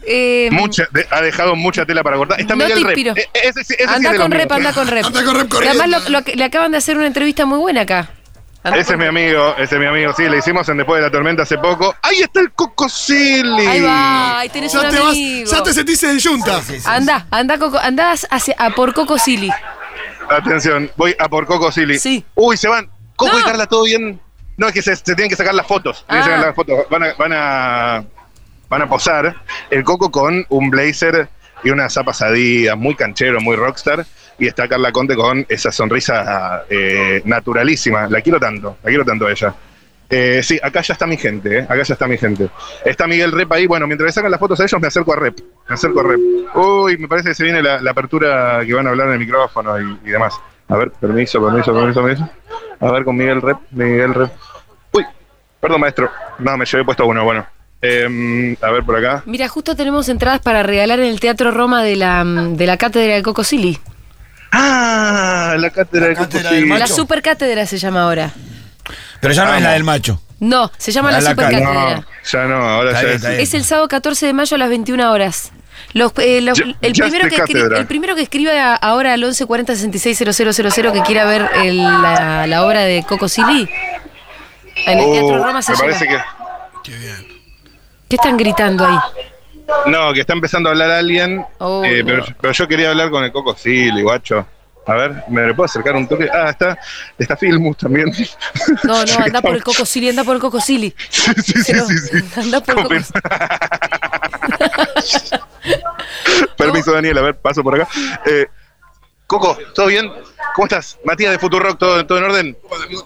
[SPEAKER 1] Eh,
[SPEAKER 6] Mucha, de- ha dejado mucha tela para cortar. Está
[SPEAKER 1] No
[SPEAKER 6] medio
[SPEAKER 1] te
[SPEAKER 6] el rep.
[SPEAKER 1] inspiro.
[SPEAKER 6] Eh, ese sí- ese sí es
[SPEAKER 1] Anda
[SPEAKER 6] de
[SPEAKER 1] con
[SPEAKER 6] los
[SPEAKER 1] rep,
[SPEAKER 6] míos.
[SPEAKER 1] anda con rep.
[SPEAKER 2] Anda con rep
[SPEAKER 1] Y
[SPEAKER 2] corriendo.
[SPEAKER 1] Además, lo- lo que- le acaban de hacer una entrevista muy buena acá. Anda
[SPEAKER 6] Ese es
[SPEAKER 1] con
[SPEAKER 6] mi
[SPEAKER 1] rep.
[SPEAKER 6] amigo, ese es mi amigo. Sí, le hicimos en Después de la Tormenta hace poco. ¡Ahí está el Cocosili!
[SPEAKER 1] Ahí va, ahí tenés un
[SPEAKER 2] Ya te, vas,
[SPEAKER 1] amigo.
[SPEAKER 2] ya te sentís en yunta.
[SPEAKER 1] Anda, anda, Coco- andás hacia, a por Coco Silly.
[SPEAKER 6] Atención, voy a por Cocosili.
[SPEAKER 1] Sí.
[SPEAKER 6] Uy, se van. Coco y
[SPEAKER 1] No.
[SPEAKER 6] Carla, todo bien. No, es que se, se tienen que sacar las fotos. Tienen que
[SPEAKER 1] Ah.
[SPEAKER 6] sacar las fotos. Van a, van a- van a posar el Coco con un blazer y una zapas Adidas, muy canchero, muy rockstar. Y está Carla Conte con esa sonrisa eh, naturalísima. La quiero tanto, la quiero tanto a ella. Eh, sí, acá ya está mi gente, eh, acá ya está mi gente. Está Miguel Rep ahí. Bueno, mientras le sacan las fotos a ellos, me acerco a Rep. Me acerco a Rep. Uy, me parece que se viene la, la apertura que van a hablar en el micrófono y, y demás. A ver, permiso, permiso, permiso, permiso. A ver con Miguel Rep, Miguel Rep. Uy, perdón, maestro. No, me llevé puesto uno, bueno. Em, a ver por acá.
[SPEAKER 1] Mira, justo tenemos entradas para regalar en el Teatro Roma de la, mm, de la cátedra de Coco Silly.
[SPEAKER 6] ¡Ah! La cátedra
[SPEAKER 3] La
[SPEAKER 6] de
[SPEAKER 3] cátedra
[SPEAKER 6] Cucuy.
[SPEAKER 3] del
[SPEAKER 1] La
[SPEAKER 3] Macho.
[SPEAKER 1] super cátedra se llama ahora.
[SPEAKER 3] Pero ya no es
[SPEAKER 6] Vamos.
[SPEAKER 3] la del macho.
[SPEAKER 1] No, se llama
[SPEAKER 3] A
[SPEAKER 1] la,
[SPEAKER 3] la
[SPEAKER 1] super
[SPEAKER 3] cal-
[SPEAKER 1] cátedra.
[SPEAKER 6] Ah, No, ya no, ahora
[SPEAKER 3] Está
[SPEAKER 6] ya
[SPEAKER 3] bien,
[SPEAKER 6] es.
[SPEAKER 3] está bien.
[SPEAKER 1] Es el sábado 14 de mayo a las 21 horas. Los- eh, los-
[SPEAKER 6] Ju-
[SPEAKER 1] el,
[SPEAKER 6] Just
[SPEAKER 1] primero
[SPEAKER 6] the
[SPEAKER 1] que escri-
[SPEAKER 6] Cátedra.
[SPEAKER 1] el primero que escriba ahora al 11 40 66 0000 que quiera ver el- la, la obra de Coco Silly, en el
[SPEAKER 6] Oh,
[SPEAKER 1] Teatro Roma se
[SPEAKER 6] me
[SPEAKER 1] lleva.
[SPEAKER 6] parece que.
[SPEAKER 1] ¿Qué están gritando ahí?
[SPEAKER 6] No, que está empezando a hablar alguien.
[SPEAKER 1] Oh,
[SPEAKER 6] eh, pero,
[SPEAKER 1] no.
[SPEAKER 6] pero yo quería hablar con el Coco Silly, guacho. A ver, ¿me le puedo acercar un toque? Ah, está, está Filmus también.
[SPEAKER 1] No, no, anda por el Coco Silly, anda por el Coco Silly.
[SPEAKER 6] sí, sí, sí,
[SPEAKER 1] Pero-
[SPEAKER 6] sí, sí.
[SPEAKER 1] Anda por el
[SPEAKER 6] Como-
[SPEAKER 1] Coco
[SPEAKER 6] Permiso, Daniel, a ver, paso por acá. Eh, Coco, ¿todo bien? ¿Cómo estás? Matías de Futurock, ¿todo, todo en orden?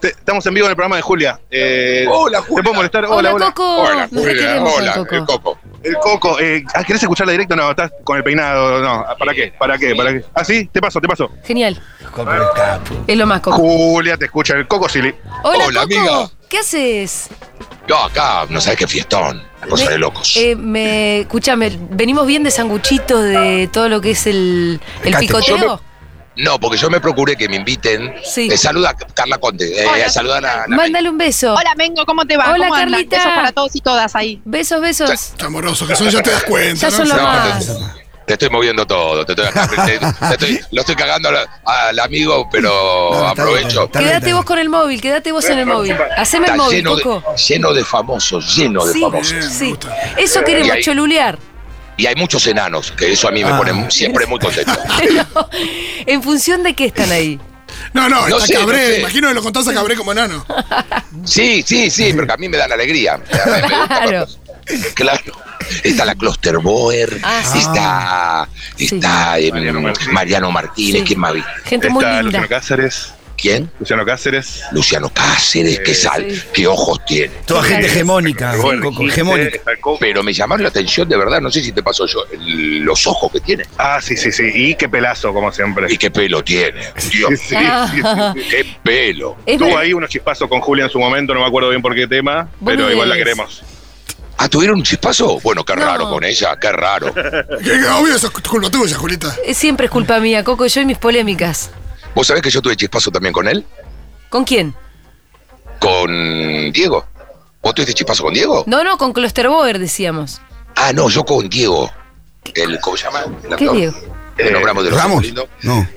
[SPEAKER 6] Te- estamos en vivo en el programa de Julia. Eh,
[SPEAKER 10] Hola, Julia.
[SPEAKER 6] ¿Te puedo molestar?
[SPEAKER 1] Hola, Coco.
[SPEAKER 10] Hola,
[SPEAKER 1] Nos requeremos al Coco.
[SPEAKER 10] coco.
[SPEAKER 6] El Coco, eh, ah, ¿querés escucharla directo? No, estás con el peinado, no. ¿Para qué? ¿Para qué? ¿Para qué? ¿Ah, sí? Te paso, te paso.
[SPEAKER 1] Genial,
[SPEAKER 3] Coco el capo.
[SPEAKER 1] es lo más Coco.
[SPEAKER 6] Julia, te escucha el Coco Silly.
[SPEAKER 1] Hola,
[SPEAKER 10] Hola,
[SPEAKER 1] Coco.
[SPEAKER 10] amiga.
[SPEAKER 1] ¿Qué haces?
[SPEAKER 10] No, acá, no sabes qué fiestón. Una cosa
[SPEAKER 1] Me-
[SPEAKER 10] de locos.
[SPEAKER 1] Eh, me, escúchame, venimos bien de sanguchitos, de todo lo que es el, el
[SPEAKER 3] Cate.
[SPEAKER 1] picoteo.
[SPEAKER 10] No, porque yo me procuré que me inviten.
[SPEAKER 1] Sí.
[SPEAKER 10] Eh, saluda a Carla Conde. Eh,
[SPEAKER 8] Hola.
[SPEAKER 10] saluda a la- la-
[SPEAKER 1] Mándale un beso.
[SPEAKER 11] Hola, Mengo, ¿cómo te va?
[SPEAKER 1] Hola,
[SPEAKER 11] ¿Cómo andan?
[SPEAKER 1] Carlita.
[SPEAKER 11] Besos para todos y todas ahí.
[SPEAKER 1] Besos, besos.
[SPEAKER 2] Amoroso, que son, ya te das cuenta.
[SPEAKER 1] Ya son
[SPEAKER 2] ¿no?
[SPEAKER 1] los
[SPEAKER 10] No,
[SPEAKER 1] más.
[SPEAKER 10] Te estoy moviendo todo. Te estoy, te- te estoy- lo estoy cagando al, al amigo, pero
[SPEAKER 3] No, está bien,
[SPEAKER 10] aprovecho.
[SPEAKER 3] está bien, está
[SPEAKER 1] Quédate
[SPEAKER 3] bien.
[SPEAKER 1] vos con el móvil, quédate vos en el móvil. Haceme el
[SPEAKER 10] Está
[SPEAKER 1] móvil,
[SPEAKER 10] lleno de,
[SPEAKER 1] Coco.
[SPEAKER 10] lleno de famosos, lleno de
[SPEAKER 1] Sí,
[SPEAKER 10] famosos.
[SPEAKER 1] sí.
[SPEAKER 2] gusta.
[SPEAKER 1] Eso queremos
[SPEAKER 10] Y ahí-
[SPEAKER 1] cholulear.
[SPEAKER 10] Y hay muchos enanos, que eso a mí me
[SPEAKER 3] Ah.
[SPEAKER 10] pone siempre muy contento.
[SPEAKER 1] No, en función de qué están ahí.
[SPEAKER 2] No, no,
[SPEAKER 10] No
[SPEAKER 2] está
[SPEAKER 10] sé,
[SPEAKER 2] Cabré.
[SPEAKER 10] no sé.
[SPEAKER 2] Imagino que lo contás a Cabré como enano.
[SPEAKER 10] Sí, sí, sí, porque a mí me dan alegría. Me- me gusta
[SPEAKER 1] Claro.
[SPEAKER 10] cuando- Claro.
[SPEAKER 12] está la Cluster Boer,
[SPEAKER 6] Ah,
[SPEAKER 12] está, está eh, Mariano Martínez,
[SPEAKER 6] Sí.
[SPEAKER 12] ¿quién más vi?
[SPEAKER 6] Gente muy Está linda. Luciano Cáceres.
[SPEAKER 12] ¿Quién?
[SPEAKER 6] Luciano Cáceres. Eh,
[SPEAKER 12] Luciano Cáceres, qué sal, qué ojos tiene.
[SPEAKER 3] Toda gente hegemónica,
[SPEAKER 12] Bueno,
[SPEAKER 3] Coco,
[SPEAKER 12] dijiste,
[SPEAKER 3] hegemónica.
[SPEAKER 12] Pero me llamaron la atención, de verdad, no sé si te pasó yo, el- los ojos que tiene.
[SPEAKER 6] Ah, sí, sí, sí. Y qué pelazo, como siempre.
[SPEAKER 12] Y qué pelo tiene. Dios
[SPEAKER 6] Sí, sí,
[SPEAKER 1] Ah.
[SPEAKER 6] sí, sí.
[SPEAKER 12] Qué pelo.
[SPEAKER 6] Tuvo ahí unos chispazos con Julia en su momento, no me acuerdo bien por qué tema,
[SPEAKER 12] Vos
[SPEAKER 6] pero
[SPEAKER 12] no
[SPEAKER 6] igual la
[SPEAKER 12] debes.
[SPEAKER 6] queremos.
[SPEAKER 12] Ah, ¿tuvieron un chispazo? Bueno, qué raro con ella, qué raro.
[SPEAKER 2] Obvio, eso es culpa tuya, Julita.
[SPEAKER 1] Eh, Siempre es culpa mía, Coco, yo y mis polémicas.
[SPEAKER 12] ¿Vos sabés que yo tuve chispazo también con él?
[SPEAKER 1] ¿Con quién?
[SPEAKER 12] Con Diego. ¿Vos tuviste chispazo con Diego?
[SPEAKER 1] No, no, con Closterboer decíamos.
[SPEAKER 12] Ah, no, yo con Diego. El, ¿Cómo se llama? El
[SPEAKER 1] ¿Qué
[SPEAKER 12] actor.
[SPEAKER 1] digo?
[SPEAKER 12] Le nombramos de los
[SPEAKER 6] ¿Ramos?
[SPEAKER 12] lindo.
[SPEAKER 3] No.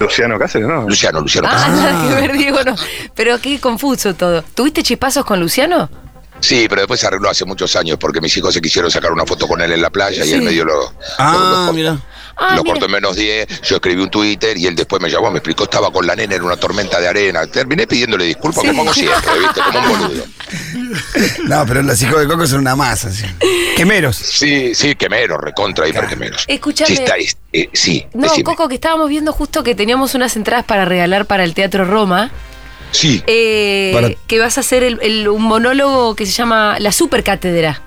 [SPEAKER 6] Luciano Cáceres, ¿no?
[SPEAKER 12] Luciano, Luciano
[SPEAKER 1] Ah,
[SPEAKER 12] Cáceres.
[SPEAKER 1] nada que ver, Diego, no. Pero qué confuso todo. ¿Tuviste chispazos con Luciano?
[SPEAKER 12] Sí, pero después se arregló hace muchos años porque mis hijos se quisieron sacar una foto con él en la playa y él
[SPEAKER 1] Sí.
[SPEAKER 12] me dio lo,
[SPEAKER 3] Ah, mira.
[SPEAKER 1] Ah,
[SPEAKER 12] lo
[SPEAKER 1] mira.
[SPEAKER 12] cortó en menos 10. Yo escribí un Twitter y él después me llamó, me explicó, estaba con la nena en una tormenta de arena. Terminé pidiéndole disculpas,
[SPEAKER 1] Sí.
[SPEAKER 12] como hago siempre, ¿viste? Como un boludo.
[SPEAKER 3] No, pero los hijos de Coco son una masa. sí. Quemeros.
[SPEAKER 12] Sí, sí, quemero, recontra, hiper quemeros.
[SPEAKER 1] Escuchame.
[SPEAKER 12] Sí, está, es- eh, sí,
[SPEAKER 1] No,
[SPEAKER 12] decime.
[SPEAKER 1] Coco, que estábamos viendo justo que teníamos unas entradas para regalar para el Teatro Roma.
[SPEAKER 12] Sí.
[SPEAKER 1] Eh,
[SPEAKER 12] Para-
[SPEAKER 1] Que vas a hacer el- el- un monólogo que se llama La Supercátedra.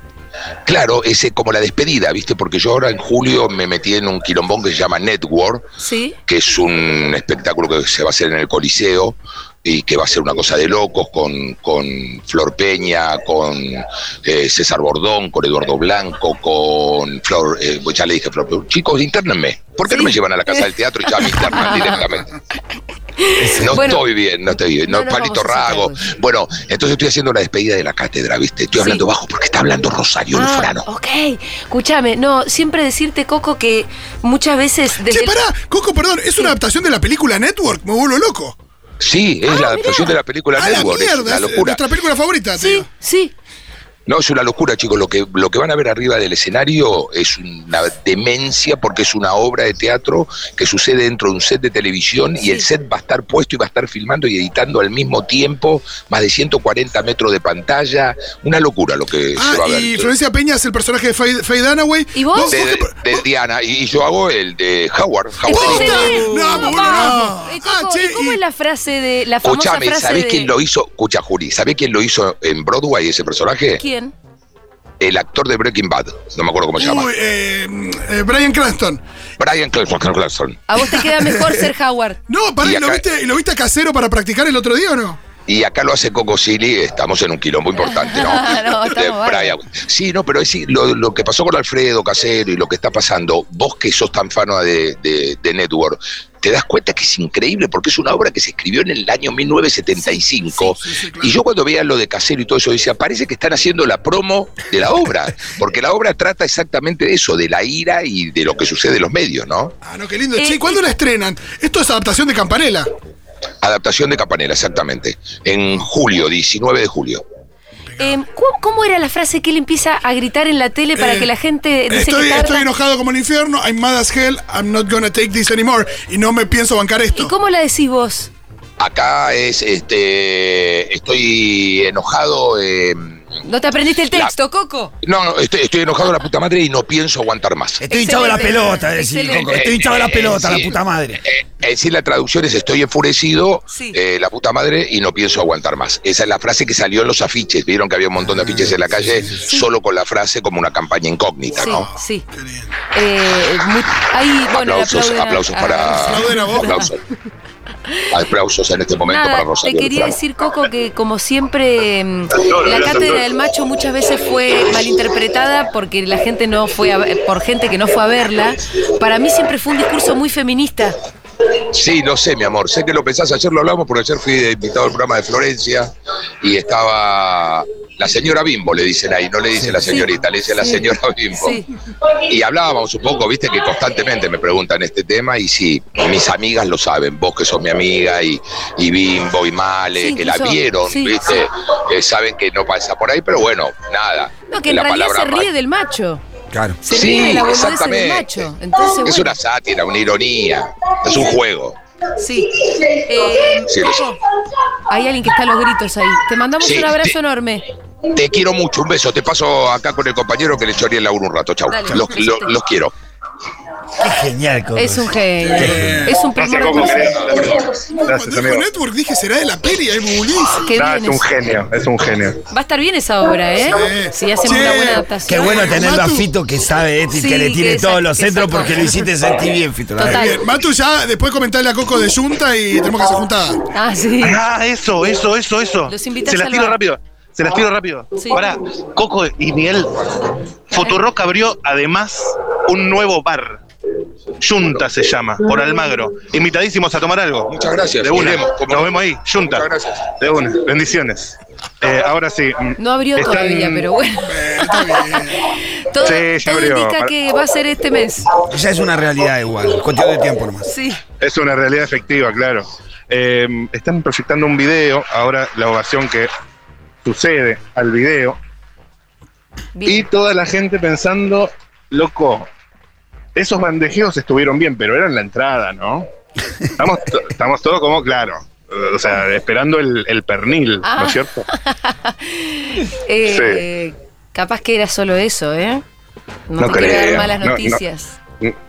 [SPEAKER 12] Claro, ese como la despedida, ¿viste? Porque yo ahora en julio me metí en un quilombón que se llama Network,
[SPEAKER 1] ¿Sí?
[SPEAKER 12] que es un espectáculo que se va a hacer en el Coliseo y que va a ser una cosa de locos con, con Flor Peña, con eh, César Bordón, con Eduardo Blanco, con Flor, eh, ya le dije Flor, Peña. chicos, internenme. ¿Por qué no me llevan a la casa del teatro y ya me internan directamente? No
[SPEAKER 13] Bueno.
[SPEAKER 12] estoy bien, no estoy bien. No,
[SPEAKER 13] No nos
[SPEAKER 12] palito
[SPEAKER 13] vamos a sacar
[SPEAKER 12] rago. Bueno, entonces estoy haciendo la despedida de la cátedra, ¿viste? Estoy hablando bajo porque está hablando Rosario
[SPEAKER 1] Ah,
[SPEAKER 12] Lufrano.
[SPEAKER 1] ok. Escúchame, no, siempre decirte, Coco, que muchas veces. Desde
[SPEAKER 2] Che, pará, Coco, perdón, es una adaptación de la película Network, me vuelvo loco.
[SPEAKER 12] Sí, es la adaptación de la película
[SPEAKER 2] A la
[SPEAKER 12] Network. es
[SPEAKER 2] mierda,
[SPEAKER 12] una
[SPEAKER 2] es
[SPEAKER 12] locura.
[SPEAKER 2] nuestra película favorita, sí,
[SPEAKER 1] Sí.
[SPEAKER 12] No, es una locura, chicos. Lo que, lo que van a ver arriba del escenario es una demencia porque es una obra de teatro que sucede dentro de un set de televisión y el set va a estar puesto y va a estar filmando y editando al mismo tiempo más de 140 metros de pantalla. Una locura lo que
[SPEAKER 2] Ah,
[SPEAKER 12] se va a ver.
[SPEAKER 2] y Florencia Peña es el personaje de Faye, Faye Dunaway. ¿Y vos?
[SPEAKER 12] De, de Diana. Y, y yo hago el de Howard. Howard.
[SPEAKER 2] No,
[SPEAKER 1] Vamos. Eh, Coco, ¿y ¿Cómo es la frase de. La famosa
[SPEAKER 12] Ah, Escuchame,
[SPEAKER 1] frase
[SPEAKER 12] ¿sabés
[SPEAKER 1] de-
[SPEAKER 12] quién lo hizo? Escucha, Juli, ¿sabés quién lo hizo en Broadway ese personaje?
[SPEAKER 1] ¿Quién?
[SPEAKER 12] El actor de Breaking Bad. No me acuerdo cómo se llama.
[SPEAKER 2] Uy, eh, eh, Brian Cranston.
[SPEAKER 12] Brian Cranston. Cranston.
[SPEAKER 1] A vos te queda mejor ser Howard.
[SPEAKER 2] No, pará,
[SPEAKER 12] Y
[SPEAKER 2] ¿y lo
[SPEAKER 12] acá-
[SPEAKER 2] viste, y ¿lo viste a Casero para practicar el otro día o no?
[SPEAKER 12] Y acá lo hace Coco Silly, estamos en un quilombo importante, ¿no?
[SPEAKER 1] Ah,
[SPEAKER 2] No, estamos
[SPEAKER 12] De Brian. Eh, Sí, no, pero es, sí, lo, lo que pasó con Alfredo Casero y lo que está pasando, vos que sos tan fano de, de- de Network, te das cuenta que es increíble porque es una obra que se escribió en el año 1975. Y yo cuando veía lo de Casero y todo eso, decía, parece que están haciendo la promo de la obra, porque la obra trata exactamente de eso, de la ira y de lo que sucede en los medios, ¿no?
[SPEAKER 2] Ah, no, qué
[SPEAKER 1] Eh,
[SPEAKER 2] lindo. Che, ¿cuándo la estrenan? Esto es adaptación de Campanella.
[SPEAKER 12] Adaptación de Campanella, exactamente. En julio, 19 de julio.
[SPEAKER 1] Eh, ¿cómo, cómo era la frase que él empieza a gritar en la tele para
[SPEAKER 2] Eh,
[SPEAKER 1] que la gente dice
[SPEAKER 2] Estoy,
[SPEAKER 1] que tarda?
[SPEAKER 2] estoy enojado como el infierno, I'm mad as hell, I'm not gonna take this anymore. Y no me pienso bancar esto. ¿Y
[SPEAKER 1] cómo la decís vos?
[SPEAKER 12] Acá es, este, estoy enojado. eh,
[SPEAKER 1] ¿No te aprendiste el
[SPEAKER 12] La-
[SPEAKER 1] texto, Coco?
[SPEAKER 12] no, no, estoy, estoy enojado a la puta madre y no pienso aguantar más.
[SPEAKER 1] Estoy hinchado de la Excelente, pelota,
[SPEAKER 3] es decir, excelente. Coco, estoy hinchado de la
[SPEAKER 12] Eh,
[SPEAKER 3] pelota,
[SPEAKER 12] sí,
[SPEAKER 3] la puta madre.
[SPEAKER 12] eh, Es decir, la traducción es estoy enfurecido, eh, la puta madre y no pienso aguantar más. Esa es la frase que salió en los afiches. Vieron que había un montón de afiches
[SPEAKER 1] Ah,
[SPEAKER 12] en la calle solo con la frase como una campaña incógnita,
[SPEAKER 1] Sí,
[SPEAKER 12] ¿no?
[SPEAKER 1] sí. Eh, muy- ahí, bueno, le
[SPEAKER 12] aplausos,
[SPEAKER 1] aplauden a-
[SPEAKER 12] aplausos
[SPEAKER 1] a-
[SPEAKER 12] para.
[SPEAKER 1] Aplauden a vos.
[SPEAKER 12] Aplausos. Aplausos en este momento
[SPEAKER 1] Nada,
[SPEAKER 12] para Rosario.
[SPEAKER 1] te quería
[SPEAKER 12] Lozano.
[SPEAKER 1] decir, Coco, que como siempre mm,
[SPEAKER 12] no,
[SPEAKER 1] la
[SPEAKER 12] no,
[SPEAKER 1] cátedra
[SPEAKER 12] no.
[SPEAKER 1] del macho muchas veces fue malinterpretada porque la gente no fue a ver- por gente que no fue a verla. Para mí siempre fue un discurso muy feminista.
[SPEAKER 12] Sí, lo sé, mi amor. Sé que lo pensás. Ayer lo hablamos porque ayer fui de invitado al programa de Florencia y estaba la señora Bimbo, le dicen ahí. No le dicen la señorita, le dicen la
[SPEAKER 13] Sí.
[SPEAKER 12] señora Bimbo.
[SPEAKER 13] Sí.
[SPEAKER 12] Y hablábamos un poco, viste, que constantemente me preguntan este tema y sí, mis amigas lo saben. Vos que sos mi amiga y, y Bimbo y Male,
[SPEAKER 1] Sí,
[SPEAKER 12] que la
[SPEAKER 1] incluso,
[SPEAKER 12] vieron,
[SPEAKER 1] sí.
[SPEAKER 12] viste, eh, saben que no pasa por ahí, pero bueno, nada.
[SPEAKER 1] No, que en
[SPEAKER 12] la
[SPEAKER 1] realidad
[SPEAKER 12] palabra
[SPEAKER 1] se ríe del macho.
[SPEAKER 3] Claro.
[SPEAKER 1] Se
[SPEAKER 12] Sí,
[SPEAKER 1] ríe de la boludez del
[SPEAKER 12] exactamente.
[SPEAKER 1] macho. Entonces,
[SPEAKER 12] Es
[SPEAKER 1] bueno,
[SPEAKER 12] una sátira, una ironía, es un juego.
[SPEAKER 1] sí. Eh,
[SPEAKER 12] Sí, lo sé.
[SPEAKER 1] Coco, hay alguien que está a los gritos ahí. Te mandamos
[SPEAKER 12] Sí,
[SPEAKER 1] un abrazo
[SPEAKER 12] te-
[SPEAKER 1] enorme.
[SPEAKER 12] Te quiero mucho, un beso. Te paso acá con el compañero que le choré el laburo un rato. Chau.
[SPEAKER 1] Dale,
[SPEAKER 12] los,
[SPEAKER 1] un
[SPEAKER 12] lo- los quiero.
[SPEAKER 3] Qué genial, Coco.
[SPEAKER 1] Es un genio. Es un primer
[SPEAKER 2] Cuando dijo Network dije, será de la peli, ahí me
[SPEAKER 1] Qué
[SPEAKER 6] Ah, es
[SPEAKER 1] bien
[SPEAKER 6] un
[SPEAKER 1] eso.
[SPEAKER 6] genio, es un genio.
[SPEAKER 1] Va a estar bien esa obra, ¿eh? Si hacemos
[SPEAKER 2] Sí.
[SPEAKER 1] una buena
[SPEAKER 3] Qué
[SPEAKER 1] adaptación.
[SPEAKER 3] bueno tenerlo a Fito que sabe esto y
[SPEAKER 1] Sí,
[SPEAKER 3] que le tiene
[SPEAKER 1] que
[SPEAKER 3] todos
[SPEAKER 1] sa-
[SPEAKER 3] los
[SPEAKER 1] que
[SPEAKER 3] centros
[SPEAKER 1] sacó.
[SPEAKER 3] porque lo hiciste sentir bien, Fito. la
[SPEAKER 1] Total.
[SPEAKER 3] verdad.
[SPEAKER 2] Bien, Matu, ya después comentarle a Coco de Junta y tenemos que hacer juntada.
[SPEAKER 1] Ah, sí.
[SPEAKER 6] Ah, eso, eso, eso, eso.
[SPEAKER 1] Los invité
[SPEAKER 6] Se
[SPEAKER 1] a
[SPEAKER 6] las tiro
[SPEAKER 1] salvar.
[SPEAKER 6] rápido. Se las tiro rápido.
[SPEAKER 1] Sí. Ah,
[SPEAKER 6] Ahora, Coco y Miguel, Futurock abrió además un nuevo bar. Junta se llama, por Almagro. Invitadísimos a tomar algo.
[SPEAKER 12] Muchas gracias.
[SPEAKER 6] De una.
[SPEAKER 12] Iremos, como
[SPEAKER 6] Nos
[SPEAKER 12] no.
[SPEAKER 6] vemos ahí. Junta.
[SPEAKER 12] Muchas gracias.
[SPEAKER 6] De una. Bendiciones. Eh, ahora sí. mm,
[SPEAKER 1] No abrió
[SPEAKER 6] están-
[SPEAKER 1] todavía, pero bueno. Todo,
[SPEAKER 6] Sí, ya
[SPEAKER 1] todo
[SPEAKER 6] abrió. Oh.
[SPEAKER 1] indica que va a ser este mes.
[SPEAKER 3] Ya es una realidad igual, cuestión de tiempo nomás.
[SPEAKER 1] Sí.
[SPEAKER 6] Es una realidad efectiva, claro. Eh, están proyectando un video, ahora la ovación que sucede al video. Y toda la gente pensando, loco, esos bandejeos estuvieron bien, pero eran la entrada, ¿no? Estamos, to- estamos todos como, claro, eh, o sea, esperando el, el pernil,
[SPEAKER 1] Ah.
[SPEAKER 6] ¿no es cierto?
[SPEAKER 1] Eh, Capaz que era solo eso, ¿eh? No,
[SPEAKER 6] No
[SPEAKER 1] te quiero dar
[SPEAKER 6] creo.
[SPEAKER 1] malas
[SPEAKER 6] No, no.
[SPEAKER 1] noticias.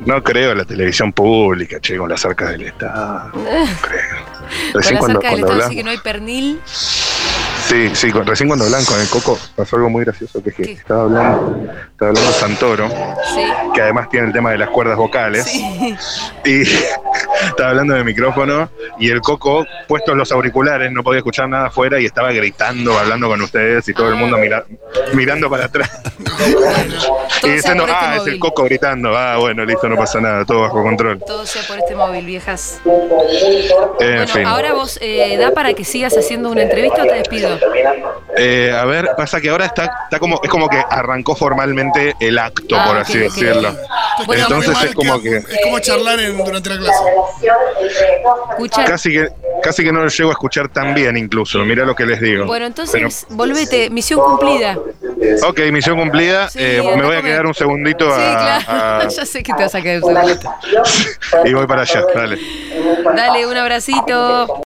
[SPEAKER 6] No creo en la televisión pública, che, con las arcas del Estado.
[SPEAKER 1] Con
[SPEAKER 6] Recién cuando,
[SPEAKER 1] la cerca del
[SPEAKER 6] cuando
[SPEAKER 1] Estado
[SPEAKER 6] hablamos-
[SPEAKER 1] sí que no hay pernil.
[SPEAKER 6] Sí, sí, con- recién cuando hablan con el Coco pasó algo muy gracioso que, es que
[SPEAKER 1] ¿Qué?
[SPEAKER 6] estaba hablando, estaba hablando Santoro,
[SPEAKER 1] Sí.
[SPEAKER 6] que además tiene el tema de las cuerdas vocales,
[SPEAKER 1] Sí.
[SPEAKER 6] y estaba hablando de micrófono y el Coco, puestos los auriculares, no podía escuchar nada afuera y estaba gritando, hablando con ustedes y todo el mundo
[SPEAKER 1] Ah.
[SPEAKER 6] mira- mirando para atrás. y
[SPEAKER 1] sea
[SPEAKER 6] diciendo,
[SPEAKER 1] por este
[SPEAKER 6] ah, es
[SPEAKER 1] móvil".
[SPEAKER 6] el Coco gritando, ah, bueno, listo, no pasa nada, todo bajo control.
[SPEAKER 1] Todo sea por este móvil, viejas.
[SPEAKER 6] Eh, En
[SPEAKER 1] bueno,
[SPEAKER 6] fin.
[SPEAKER 1] ahora vos, eh, ¿da para que sigas haciendo una entrevista o te despido?
[SPEAKER 6] Eh, a ver, pasa que ahora está, está como, es como que arrancó formalmente el acto,
[SPEAKER 1] Ah,
[SPEAKER 6] por
[SPEAKER 1] ok,
[SPEAKER 6] así
[SPEAKER 1] ok.
[SPEAKER 6] decirlo.
[SPEAKER 2] Bueno,
[SPEAKER 6] Entonces
[SPEAKER 2] igual
[SPEAKER 6] es como que
[SPEAKER 2] Es como charlar en- durante la clase.
[SPEAKER 1] Escucha.
[SPEAKER 6] casi que casi que no lo llego a escuchar tan bien incluso, mira lo que les digo.
[SPEAKER 1] Bueno, entonces, volvete, misión cumplida.
[SPEAKER 6] Pero- ok, misión cumplida,
[SPEAKER 1] Sí,
[SPEAKER 6] eh, me
[SPEAKER 1] anda
[SPEAKER 6] voy
[SPEAKER 1] a
[SPEAKER 6] a
[SPEAKER 1] comer.
[SPEAKER 6] quedar un segundito a,
[SPEAKER 1] sí, claro.
[SPEAKER 6] Ah.
[SPEAKER 1] ya sé que te vas a quedar.
[SPEAKER 6] a- y voy para allá, dale.
[SPEAKER 1] Dale, un abracito.